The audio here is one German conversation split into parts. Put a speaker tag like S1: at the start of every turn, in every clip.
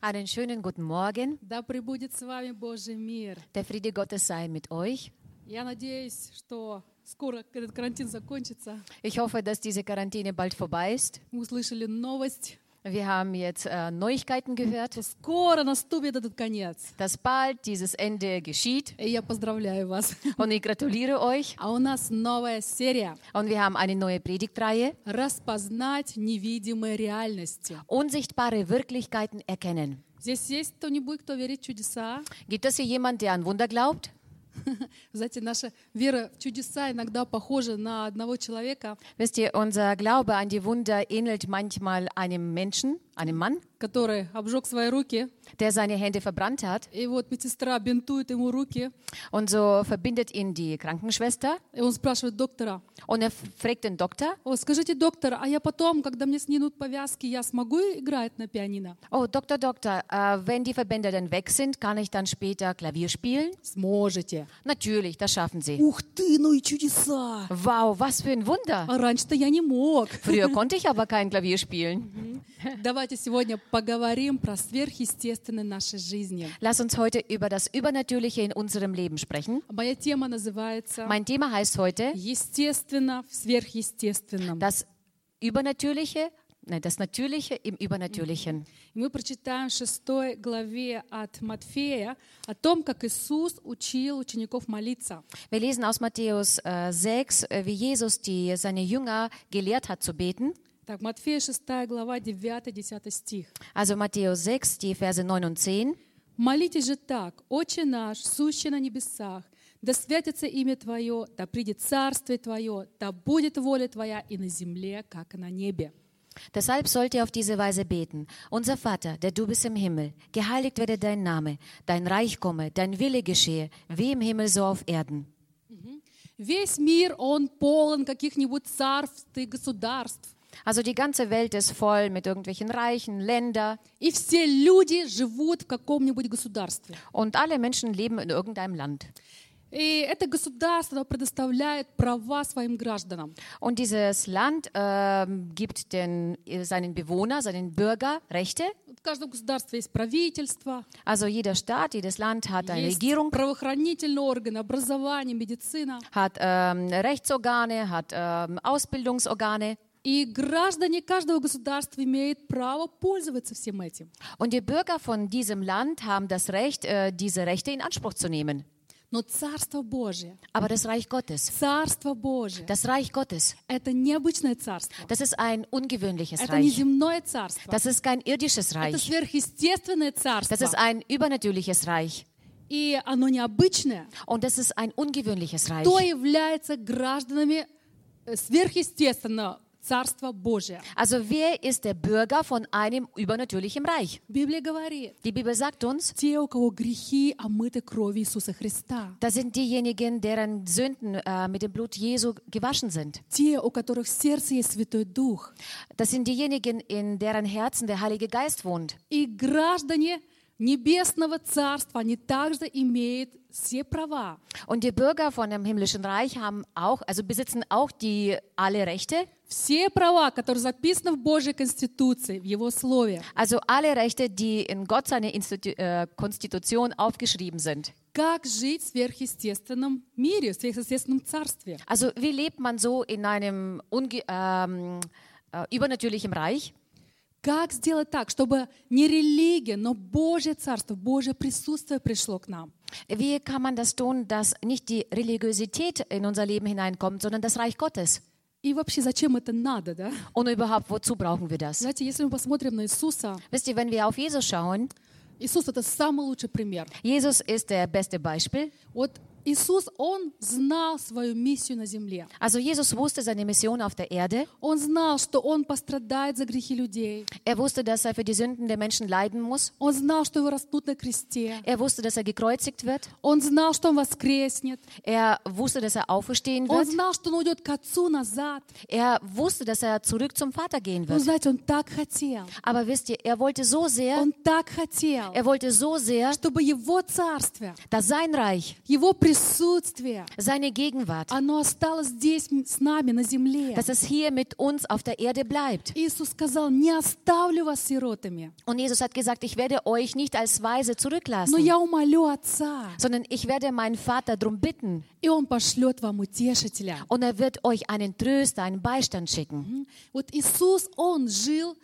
S1: Einen schönen guten Morgen.
S2: Да пребудет с вами Божий мир.
S1: Der Friede Gottes sei mit euch.
S2: Я надеюсь, что скоро этот карантин закончится.
S1: Ich hoffe, dass diese Quarantäne bald vorbei ist.
S2: Мы услышали новость,
S1: Wir haben jetzt äh, Neuigkeiten gehört,
S2: что скоро наступит этот конец.
S1: dass bald dieses Ende geschieht.
S2: И я поздравляю вас.
S1: Und ich gratuliere euch.
S2: А у нас новая серия
S1: Und wir haben eine neue Predigtreihe.
S2: «Распознать невидимые реальности».
S1: Unsichtbare Wirklichkeiten erkennen.
S2: Здесь есть кто-нибудь, кто верит в чудеса?
S1: Gibt es hier jemanden, der an Wunder glaubt?
S2: Знаете, наша вера в чудеса иногда похожа на одного человека,
S1: Wisst ihr, unser Glaube an die Wunder ähnelt manchmal einem Menschen, einem Mann,
S2: который обжег свои руки,
S1: der seine Hände verbrannt hat.
S2: и вот медсестра бинтует ему руки,
S1: Und so verbindet ihn die Krankenschwester
S2: и он спрашивает доктора,
S1: und er fragt den Doktor,
S2: О, скажите, доктор, а я потом, когда мне снимут повязки, я смогу играть на пианино?
S1: oh Doktor, Doktor, äh, wenn die Verbänder dann weg sind, kann ich dann später Klavier spielen?
S2: Сможете.
S1: Natürlich, das schaffen sie.
S2: Ух ты, ну и чудеса!
S1: Wow, was für ein Wunder.
S2: А раньше-то я не мог.
S1: Früher konnte ich aber kein Klavier spielen.
S2: Давайте сегодня поговорим про сверхъестественное нашей жизни.
S1: Lass uns heute über das Übernatürliche in unserem Leben sprechen.
S2: Моя тема называется
S1: Mein Thema heißt heute
S2: «Естественно в сверхъестественном».
S1: das Übernatürliche, nein, das Natürliche im Übernatürlichen.
S2: И Мы прочитаем в 6 главе от Матфея о том, как Иисус учил учеников молиться.
S1: Wir lesen aus Matthäus äh, 6, äh, wie Jesus die, seine Jünger gelehrt hat zu beten.
S2: Так, Матфея 6 глава 9-10 стих.
S1: Also Matthäus 6, die Verse 9 und 10.
S2: Молитесь же так, Отче наш, сущий на небесах, да святится имя Твое, да придет Царствие Твое, да будет воля Твоя и на земле, как и на небе.
S1: Deshalb sollt ihr auf diese Weise beten. Unser Vater, der du bist im Himmel, geheiligt werde dein Name, dein Reich komme, dein Wille geschehe, wie im Himmel so auf Erden.
S2: Весь мир, он полон каких-нибудь царств и государств.
S1: Also die ganze Welt ist voll mit irgendwelchen Reichen, Länder
S2: И все люди живут в каком-нибудь государстве.
S1: und alle Menschen leben in irgendeinem Land.
S2: И это государство оно предоставляет права своим гражданам.
S1: Und dieses Land ähm, gibt den, äh, seinen Bewohner, seinen Bürger Rechte.
S2: В каждом государстве есть правительство,
S1: Also jeder Staat, jedes Land hat eine
S2: есть
S1: Regierung,
S2: правоохранительные органы, образование, медицina.
S1: hat ähm, Rechtsorgane, hat ähm, Ausbildungsorgane.
S2: И граждане каждого государства имеют право пользоваться всем этим.
S1: Und die Bürger von diesem Land haben das Recht, äh, diese Rechte in Anspruch zu nehmen.
S2: Но Царство Божие,
S1: Aber das Reich Gottes,
S2: Царство Божие,
S1: das Reich Gottes,
S2: это необычное царство.
S1: das ist ein ungewöhnliches
S2: Это
S1: Reich.
S2: неземное царство.
S1: Das ist kein irdisches
S2: Это
S1: Reich.
S2: сверхъестественное
S1: Das ist
S2: царство.
S1: ein übernatürliches Reich.
S2: И оно необычное.
S1: Und das ist ein ungewöhnliches Reich.
S2: Кто является гражданами э, сверхъестественного Царства Божия?
S1: Also wer ist der Bürger von einem übernatürlichen Reich?
S2: Библия говорит,
S1: Die Bibel sagt uns,
S2: те, у кого грехи омыты кровью Иисуса Христа,
S1: das sind diejenigen, deren Sünden äh, mit dem Blut Jesu gewaschen sind.
S2: те, у которых в сердце есть Святой Дух,
S1: Das sind diejenigen, in deren Herzen der Heilige Geist wohnt.
S2: И граждане Небесного Царства, они также имеют все права.
S1: Und die Bürger von dem himmlischen Reich haben auch, also besitzen auch die alle Rechte,
S2: Все права, которые записаны в Божьей Конституции, в Его Слове.
S1: also alle Rechte, die in Gott seine Institu äh, Konstitution aufgeschrieben sind.
S2: Как жить в сверхъестественном мире, в сверхъестественном царстве?
S1: Also wie lebt man so in einem unge ähm, äh, übernatürlichen Reich?
S2: Как сделать так, чтобы не религия, но Божье царство, Божье присутствие пришло к нам?
S1: Wie kann man das tun, dass nicht die Religiosität in unser Leben hineinkommt, sondern das Reich Gottes?
S2: И вообще, зачем это надо, да?
S1: Und überhaupt, wozu brauchen wir das?
S2: Знаете, если мы посмотрим на Иисуса,
S1: Wisst ihr, wenn wir auf Jesus schauen,
S2: Иисус — это самый лучший пример.
S1: Jesus ist der beste Beispiel.
S2: Вот Иисус, Он знал свою миссию на земле.
S1: Also Jesus wusste seine Mission auf der Erde.
S2: Он знал, что он пострадает за грехи людей.
S1: Er wusste, dass er für die Sünden der Menschen leiden muss.
S2: Он знал, что его растут на кресте.
S1: Er wusste, dass er gekreuzigt wird.
S2: Он знал, что он воскреснет.
S1: Er wusste, dass er auferstehen
S2: Он
S1: wird.
S2: знал, что он уйдет к отцу назад.
S1: Er wusste, dass er zurück zum Vater gehen
S2: Ну,
S1: wird.
S2: знаете, он так хотел.
S1: Aber wisst ihr, er wollte so sehr,
S2: Он так хотел,
S1: er wollte so sehr,
S2: чтобы его царство,
S1: dass sein Reich,
S2: его присутствие,
S1: Seine Gegenwart,
S2: оно осталось здесь м- с нами, на земле.
S1: dass es hier mit uns auf der Erde bleibt.
S2: Иисус сказал, не оставлю вас сиротами,
S1: Und Jesus hat gesagt, ich werde euch nicht als Weise
S2: но
S1: zurücklassen,
S2: я умолю Отца,
S1: sondern ich werde meinen Vater darum bitten
S2: и Он пошлет вам утешителя.
S1: und er wird euch einen Tröster, einen Beistand
S2: М?
S1: schicken.
S2: Вот Иисус, Он жил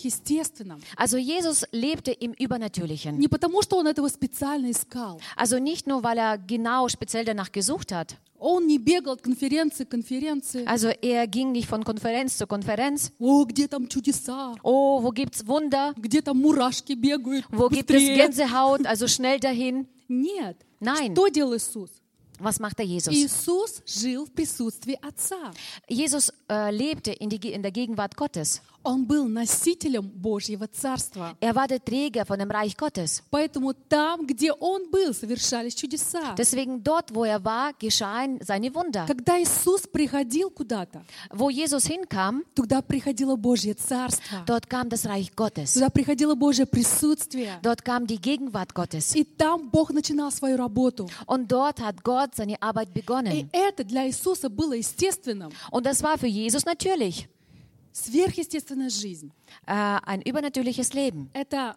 S2: сверхъестественным.
S1: Also Jesus lebte im Übernatürlichen.
S2: Не потому, что Он этого специально искал.
S1: Also nicht nur, weil er genau speziell danach gesucht hat.
S2: Он не бегал от конференции к конференции.
S1: Also er ging nicht von Konferenz zu Konferenz.
S2: О, где там чудеса?
S1: Oh, wo gibt's Wunder?
S2: Где там мурашки бегают?
S1: Wo gibt es
S2: Быстрее.
S1: Gänsehaut? Also schnell dahin.
S2: Нет.
S1: Nein.
S2: Что делал Иисус?
S1: Was macht der Jesus?
S2: Иисус жил в присутствии Отца.
S1: Jesus äh, lebte in, die, Ge- in der Gegenwart Gottes.
S2: Он был носителем Божьего Царства.
S1: Er war der Träger von dem Reich Gottes.
S2: Поэтому там, где он был, совершались чудеса.
S1: Deswegen dort, wo er war, geschahen seine Wunder.
S2: Когда Иисус приходил куда-то,
S1: Wo Jesus hinkam,
S2: туда приходило Божье Царство,
S1: dort kam das Reich Gottes.
S2: туда приходило Божье присутствие.
S1: Dort kam die Gegenwart Gottes.
S2: И там Бог начинал свою работу.
S1: Und dort hat Gott seine Arbeit
S2: И
S1: begonnen.
S2: это для Иисуса было естественным.
S1: Und das war für Jesus natürlich.
S2: Сверхъестественная жизнь.
S1: Äh, ein übernatürliches Leben.
S2: Это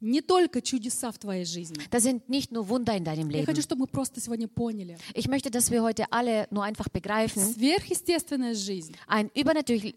S2: не только чудеса в твоей жизни.
S1: Das sind nicht nur Wunder in deinem
S2: Я
S1: Leben.
S2: хочу, чтобы мы просто сегодня поняли.
S1: Ich möchte, dass wir heute alle nur einfach begreifen,
S2: Сверхъестественная жизнь
S1: ein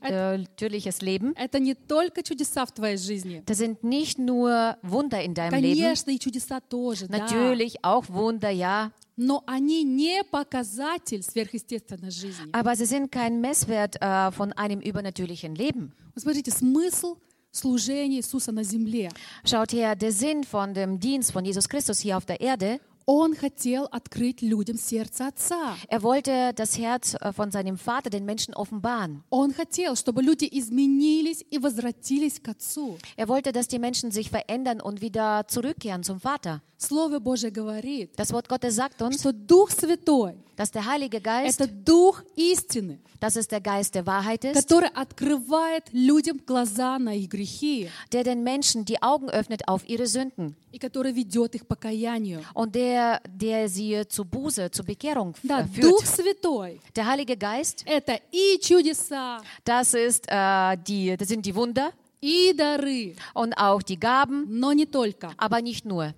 S1: übernatürliches Leben,
S2: Это не только чудеса в твоей жизни.
S1: das sind nicht nur Wunder in deinem Leben,
S2: Конечно, и чудеса тоже, да.
S1: natürlich auch Wunder, ja,
S2: Но они не показатель сверхъестественной жизни.
S1: aber sie sind kein Messwert äh, von einem übernatürlichen Leben.
S2: Вот Смотрите, смысл служения Иисуса на земле.
S1: Schaut her, der Sinn von dem Dienst von Jesus Christus hier auf der Erde,
S2: Он хотел открыть людям сердце Отца.
S1: er wollte das Herz äh, von seinem Vater den Menschen offenbaren.
S2: Он хотел, чтобы люди изменились и возвратились к Отцу.
S1: Er wollte, dass die Menschen sich verändern und wieder zurückkehren zum Vater.
S2: Слово Божье говорит,
S1: Das Wort Gottes sagt uns,
S2: что Дух Святой
S1: dass der Heilige
S2: —
S1: Geist,
S2: это Дух истины,
S1: dass es der Geist der Wahrheit ist,
S2: который открывает людям глаза на их грехи
S1: der den Menschen die Augen öffnet auf ihre Sünden
S2: и который ведет их к покаянию.
S1: und der, der sie zu Buße, zur Bekehrung
S2: Да,
S1: äh, führt.
S2: Дух Святой
S1: Der Heilige Geist,
S2: — это и чудеса,
S1: das, ist, äh, die, das sind die Wunder
S2: и дары,
S1: und auch die Gaben,
S2: но не только.
S1: aber nicht nur.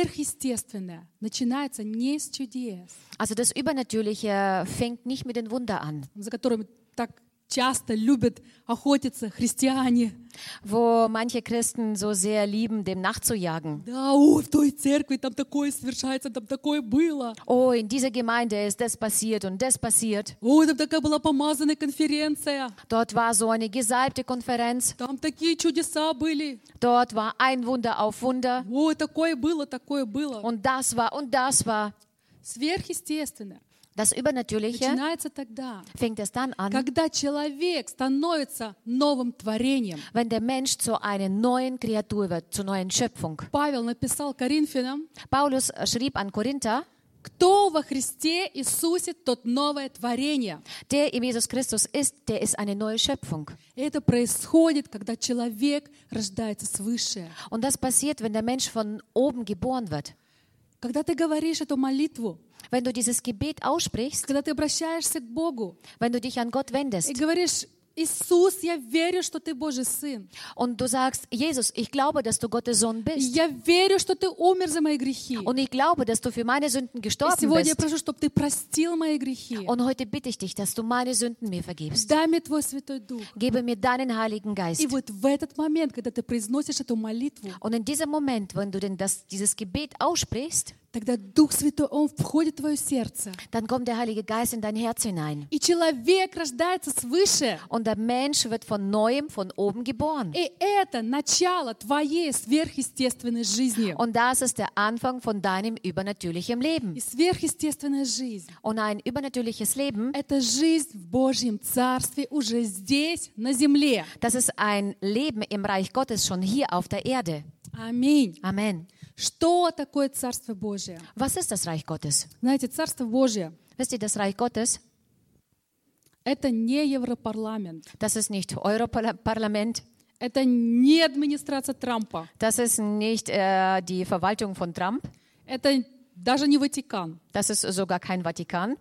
S2: Сверхъестественное начинается не с чудес,
S1: Also das Übernatürliche fängt nicht mit den Wunder an,
S2: за которыми так часто любят охотиться христиане.
S1: wo manche Christen so sehr lieben, dem nachzujagen.
S2: Да, о, в той церкви там такое совершается, там такое было.
S1: Oh, in dieser Gemeinde ist das passiert und das passiert.
S2: О, там такая была помазанная конференция.
S1: Dort war so eine gesalbte Konferenz,
S2: Там такие чудеса были.
S1: dort war ein Wunder auf Wunder
S2: О, такое было, такое было.
S1: und das war und das war.
S2: Сверхъестественное
S1: Das Übernatürliche
S2: начинается тогда,
S1: fängt es dann an,
S2: когда человек становится новым творением.
S1: wenn der Mensch zu einer neuen Kreatur wird, zur neuen Schöpfung.
S2: Павел написал Коринфянам,
S1: Paulus äh, schrieb an Korinther,
S2: кто во Христе Иисусе, тот новое творение.
S1: der in Jesus Christus ist, der ist eine neue Schöpfung.
S2: И это происходит, когда человек рождается свыше.
S1: Und das passiert, wenn der Mensch von oben geboren wird.
S2: Когда ты говоришь эту молитву,
S1: Wenn du dieses Gebet aussprichst,
S2: когда ты обращаешься к Богу
S1: wenn du dich an Gott
S2: и
S1: wendest
S2: говоришь, Иисус, я верю, что ты Божий Сын.
S1: und du sagst, Jesus, ich glaube, dass du Gottes Sohn bist
S2: Я верю, что ты умер за мои грехи.
S1: und ich glaube, dass du für meine Sünden
S2: И
S1: gestorben
S2: сегодня я
S1: bist.
S2: прошу, чтобы ты простил мои грехи.
S1: Und heute bitte ich dich, dass du meine Sünden mir vergibst.
S2: Дай мне Твой Святой Дух.
S1: Gebe mir deinen Heiligen Geist.
S2: И вот в этот момент, когда ты произносишь эту молитву,
S1: Und in diesem Moment, wenn du denn das, dieses Gebet aussprichst,
S2: тогда Дух Святой, Он входит в твое сердце.
S1: dann kommt der Heilige Geist in dein Herz hinein.
S2: И человек рождается свыше.
S1: Und der Mensch wird von neuem von oben geboren.
S2: И это начало твоей сверхъестественной жизни.
S1: Und das ist der Anfang von deinem übernatürlichen Leben.
S2: И сверхъестественная жизнь
S1: Und ein übernatürliches Leben,
S2: — это жизнь в Божьем Царстве уже здесь, на земле.
S1: das ist ein Leben im Reich Gottes schon hier auf der Erde.
S2: Аминь.
S1: Amen.
S2: Что такое Царство Божие?
S1: Was ist das Reich Gottes?
S2: Знаете, Царство Божие
S1: Wisst ihr, das Reich Gottes,
S2: — это не Европарламент,
S1: das ist nicht Europarlament,
S2: это не администрация Трампа,
S1: das ist nicht äh, die Verwaltung von Trump,
S2: это даже не Ватикан.
S1: Das ist sogar kein Vatikan.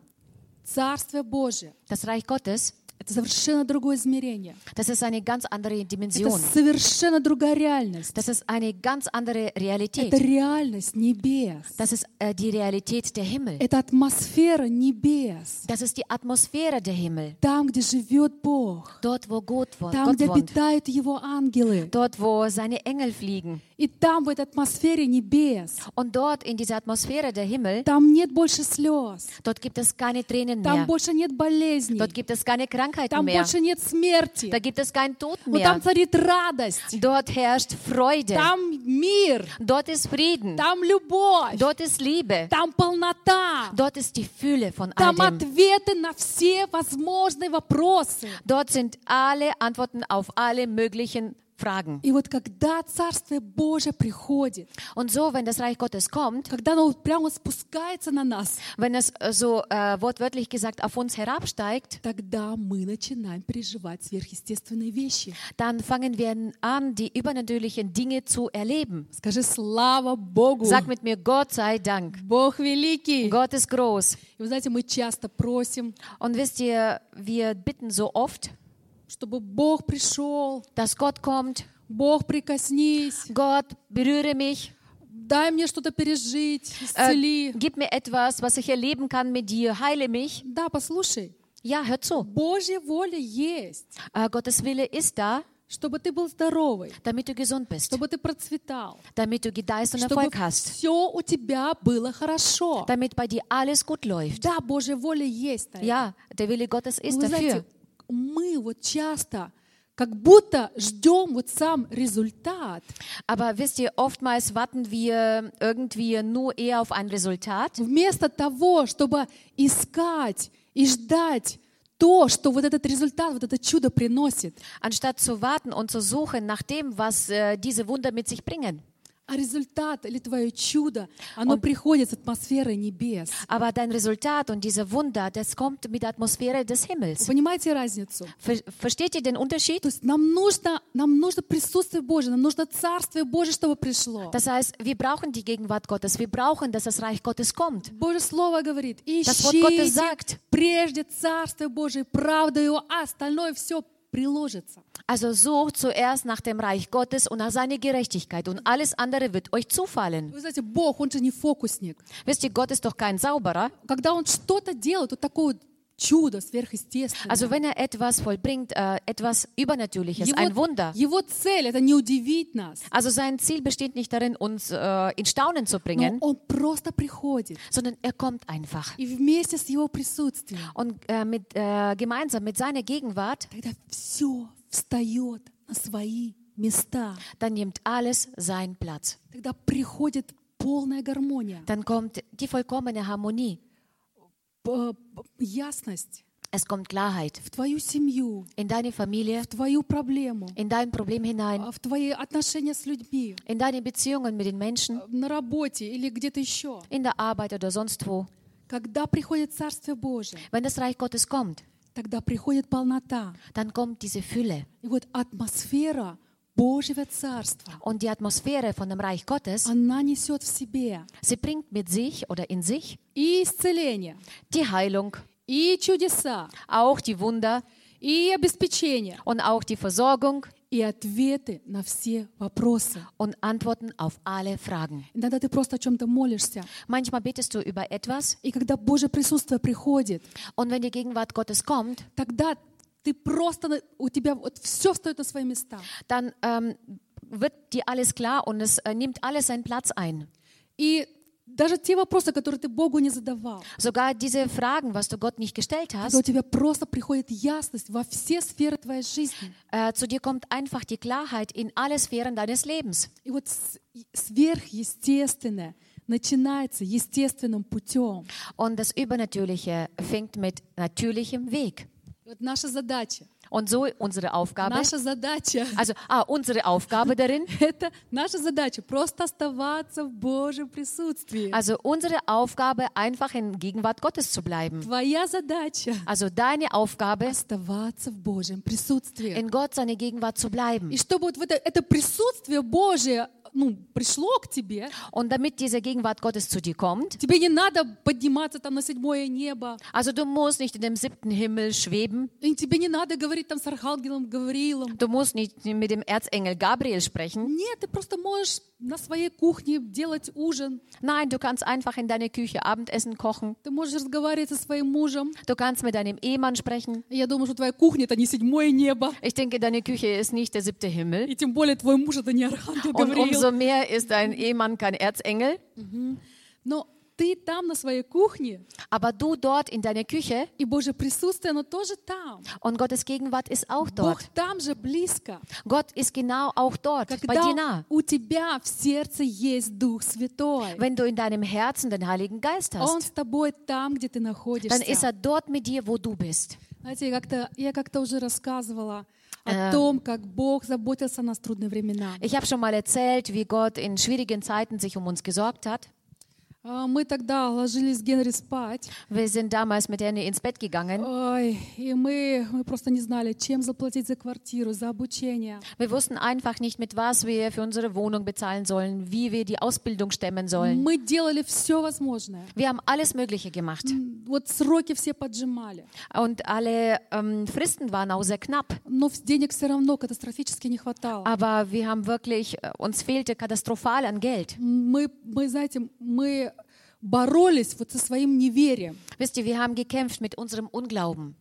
S2: Царствие Божие
S1: Das Reich Gottes,
S2: – это совершенно другое измерение.
S1: das ist eine ganz andere
S2: Это
S1: Dimension.
S2: совершенно другая реальность.
S1: Das ist eine ganz andere
S2: Это
S1: Realität.
S2: реальность небес.
S1: Das ist äh, die Realität der Himmel.
S2: Это атмосфера небес.
S1: Das ist die Atmosphäre der Himmel.
S2: Там, где живет Бог.
S1: Dort, wo Gott, wo
S2: Там,
S1: Gott
S2: где
S1: wohnt.
S2: обитают Его ангелы.
S1: Dort, wo seine Engel fliegen.
S2: И там, в этой атмосфере небес,
S1: Und dort, in dieser Atmosphäre der Himmel,
S2: там нет больше слез.
S1: dort gibt es keine Tränen
S2: Там
S1: mehr.
S2: больше нет болезней.
S1: Dort gibt es keine Krankheiten
S2: Там
S1: mehr.
S2: больше нет смерти.
S1: Da gibt es keinen Tod
S2: Но там
S1: mehr.
S2: царит радость.
S1: Dort herrscht Freude.
S2: Там мир.
S1: Dort ist Frieden.
S2: Там любовь.
S1: Dort ist Liebe.
S2: Там полнота.
S1: Dort ist die Fülle von all
S2: Там
S1: dem.
S2: ответы на все возможные вопросы.
S1: Dort sind alle Antworten auf alle möglichen Fragen.
S2: И вот когда Царствие Божие приходит,
S1: Und so, wenn das Reich Gottes kommt,
S2: когда оно вот прямо спускается на нас,
S1: wenn es äh, so äh, wortwörtlich gesagt auf uns herabsteigt,
S2: тогда мы начинаем переживать сверхъестественные вещи.
S1: dann fangen wir an, die übernatürlichen Dinge zu erleben.
S2: Скажи слава Богу!
S1: Sag mit mir, Gott sei Dank.
S2: Бог великий!
S1: Gott ist groß.
S2: И вы знаете, мы часто просим,
S1: Und wisst ihr, wir bitten so oft,
S2: чтобы Бог пришел,
S1: dass Gott kommt.
S2: Бог прикоснись,
S1: Gott, berühre mich.
S2: дай мне что-то пережить,
S1: Äh,
S2: исцели.
S1: gib mir etwas, was ich erleben kann mit dir. Heile mich.
S2: Да, послушай,
S1: Ja, hör zu.
S2: Божья воля есть,
S1: Äh, Gottes Wille ist da,
S2: чтобы ты был здоровый,
S1: damit du gesund bist,
S2: чтобы ты процветал,
S1: damit du gedeihst und
S2: чтобы
S1: Erfolg hast,
S2: все у тебя было хорошо.
S1: damit bei dir alles gut läuft.
S2: Да, Божья воля есть. на это.
S1: Ja, der Wille Gottes
S2: Но
S1: ist
S2: Вы
S1: dafür.
S2: знаете, мы вот часто как будто ждем вот сам результат.
S1: Aber wisst ihr, oftmals warten wir irgendwie nur eher auf ein Resultat,
S2: Вместо того, чтобы искать и ждать то, что вот этот результат, вот это чудо приносит.
S1: anstatt zu warten und zu suchen nach dem, was äh, diese Wunder mit sich bringen.
S2: А результат или твое чудо, оно приходит с атмосферы небес.
S1: Aber dein Resultat und diese Wunder, das kommt mit der Atmosphäre des Himmels.
S2: Понимаете разницу?
S1: Ver versteht ihr den Unterschied?
S2: То есть нам нужно, нам нужно присутствие Божье, нам нужно Царствие Божье, чтобы пришло.
S1: Das heißt, wir brauchen die Gegenwart Gottes. Wir brauchen, dass das Reich Gottes kommt.
S2: Божье Слово говорит,
S1: Das Wort Gottes
S2: ищите
S1: sagt.
S2: прежде Царствие Божие, правда его, а остальное все приложится.
S1: Also sucht zuerst nach dem Reich Gottes und nach seiner Gerechtigkeit und alles andere wird euch zufallen.
S2: Вы знаете, Бог, Он же не фокусник.
S1: Wisst ihr, Gott ist doch kein Sauberer.
S2: Когда Он что-то делает, вот такое вот чудо сверхъестественное.
S1: Also wenn er etwas vollbringt, äh, etwas Übernatürliches, ein Wunder.
S2: его, его цель — это не удивить нас.
S1: Also sein Ziel besteht nicht darin, uns äh, in Staunen zu
S2: Но
S1: bringen,
S2: Он просто приходит.
S1: sondern er kommt einfach.
S2: И вместе с Его присутствием
S1: Und äh, mit, äh, gemeinsam mit seiner Gegenwart,
S2: тогда все встает на свои места.
S1: dann nimmt alles seinen Platz.
S2: Тогда приходит полная гармония,
S1: Dann kommt die vollkommene Harmonie.
S2: п- п- ясность
S1: Es kommt Klarheit
S2: в твою семью,
S1: in deine Familie,
S2: в твою проблему,
S1: in dein Problem hinein,
S2: а, в твои отношения с людьми,
S1: in deine Beziehungen mit den Menschen,
S2: а, на работе или где-то еще.
S1: in der Arbeit oder sonst wo.
S2: Когда приходит Царствие Божие,
S1: Wenn das Reich Gottes kommt,
S2: тогда приходит полнота.
S1: dann kommt diese Fülle.
S2: И вот атмосфера Божьего Царства,
S1: Und die Atmosphäre von dem Reich Gottes,
S2: она несет в себе
S1: sie bringt mit sich oder in sich
S2: и исцеление,
S1: die Heilung,
S2: и чудеса,
S1: auch die Wunder
S2: и обеспечение,
S1: und auch die Versorgung
S2: и ответы на все вопросы.
S1: und Antworten auf alle Fragen.
S2: Иногда ты просто о чем-то молишься.
S1: Manchmal betest du über etwas
S2: И когда Божье присутствие приходит,
S1: und wenn die Gegenwart Gottes kommt,
S2: тогда ты просто, на- у тебя вот все встает на свои места.
S1: dann ähm, wird dir alles klar und es äh, nimmt alles seinen Platz ein.
S2: И даже те вопросы, которые ты Богу не задавал,
S1: Sogar diese Fragen, was du Gott nicht gestellt
S2: когда у
S1: hast,
S2: тебя просто приходит ясность во все сферы твоей жизни.
S1: äh, zu dir kommt einfach die Klarheit in alle Sphären deines Lebens.
S2: И вот с- и сверхъестественное начинается естественным путем.
S1: Und das Übernatürliche fängt mit natürlichem Weg.
S2: И вот наша задача,
S1: Und so unsere Aufgabe,
S2: наша задача,
S1: also ah, unsere Aufgabe darin,
S2: это наша задача просто оставаться в Божьем присутствии.
S1: also unsere Aufgabe, einfach in Gegenwart Gottes zu bleiben.
S2: Твоя задача
S1: Also deine Aufgabe,
S2: оставаться в Божьем присутствии.
S1: in Gott seine Gegenwart zu bleiben.
S2: И чтобы вот в это, это присутствие Божие ну, пришло к тебе,
S1: Und damit diese Gegenwart Gottes zu dir kommt,
S2: тебе не надо подниматься там на седьмое небо,
S1: also du musst nicht in dem siebten Himmel schweben,
S2: и тебе не надо говорить там с Архангелом Гавриилом.
S1: du musst nicht mit dem Erzengel Gabriel sprechen.
S2: Нет, ты просто можешь на своей кухне делать ужин,
S1: Nein, du kannst einfach in deiner Küche Abendessen kochen,
S2: ты можешь разговаривать со своим мужем.
S1: du kannst mit deinem Ehemann sprechen.
S2: Я думаю, что твоя кухня — это не седьмое небо,
S1: Ich denke, deine Küche ist nicht der siebte Himmel.
S2: и тем более твой муж — это не Архангел
S1: Und
S2: Гавриил.
S1: umso mehr ist dein Ehemann kein Erzengel.
S2: Но ты там на своей кухне,
S1: Aber du dort in deiner Küche
S2: и Божье присутствие, оно тоже там.
S1: und Gottes Gegenwart ist auch
S2: Бог
S1: dort.
S2: там же близко.
S1: Gott ist genau auch dort, bei dir nah.
S2: Когда у тебя в сердце есть Дух Святой,
S1: Wenn du in deinem Herzen den Heiligen Geist
S2: Он
S1: hast,
S2: с тобой там, где ты находишься.
S1: dann ist er dort mit dir, wo du bist.
S2: Знаете, я как-то, я как-то уже рассказывала о том, как Бог заботился о нас в трудные времена.
S1: Ich habe schon mal erzählt, wie Gott in schwierigen Zeiten sich um uns gesorgt hat.
S2: А, Мы тогда ложились с Генри спать,
S1: Wir sind damals mit Annie ins Bett gegangen.
S2: Ой, и мы, мы просто не знали, чем заплатить за квартиру, за обучение.
S1: Wir wussten einfach nicht, mit was wir für unsere Wohnung bezahlen sollen, wie wir die Ausbildung stemmen sollen.
S2: Мы делали все возможное.
S1: Wir haben alles Mögliche gemacht.
S2: Вот сроки все поджимали,
S1: Und alle ähm, Fristen waren auch sehr knapp.
S2: но в- денег все равно катастрофически не хватало.
S1: Aber wir haben wirklich, äh, uns fehlte katastrophal an Geld.
S2: мы, мы, знаете, мы боролись вот со своим неверием.
S1: Wisst ihr, wir haben gekämpft mit unserem Unglauben.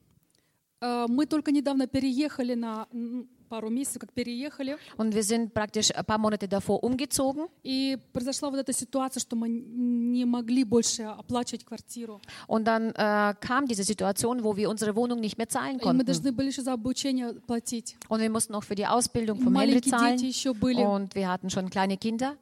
S2: Э, Мы только недавно переехали на м, пару месяцев, как переехали,
S1: Und wir sind praktisch ein paar Monate davor umgezogen.
S2: и произошла вот эта ситуация, что мы н- не могли больше оплачивать квартиру.
S1: Und dann äh, kam diese Situation, wo wir unsere Wohnung nicht mehr
S2: И
S1: zahlen
S2: мы
S1: konnten.
S2: должны были еще за обучение платить.
S1: Und wir mussten noch für die Ausbildung
S2: И
S1: vom Henry
S2: маленькие
S1: zahlen.
S2: дети еще были.
S1: Und wir hatten schon kleine Kinder.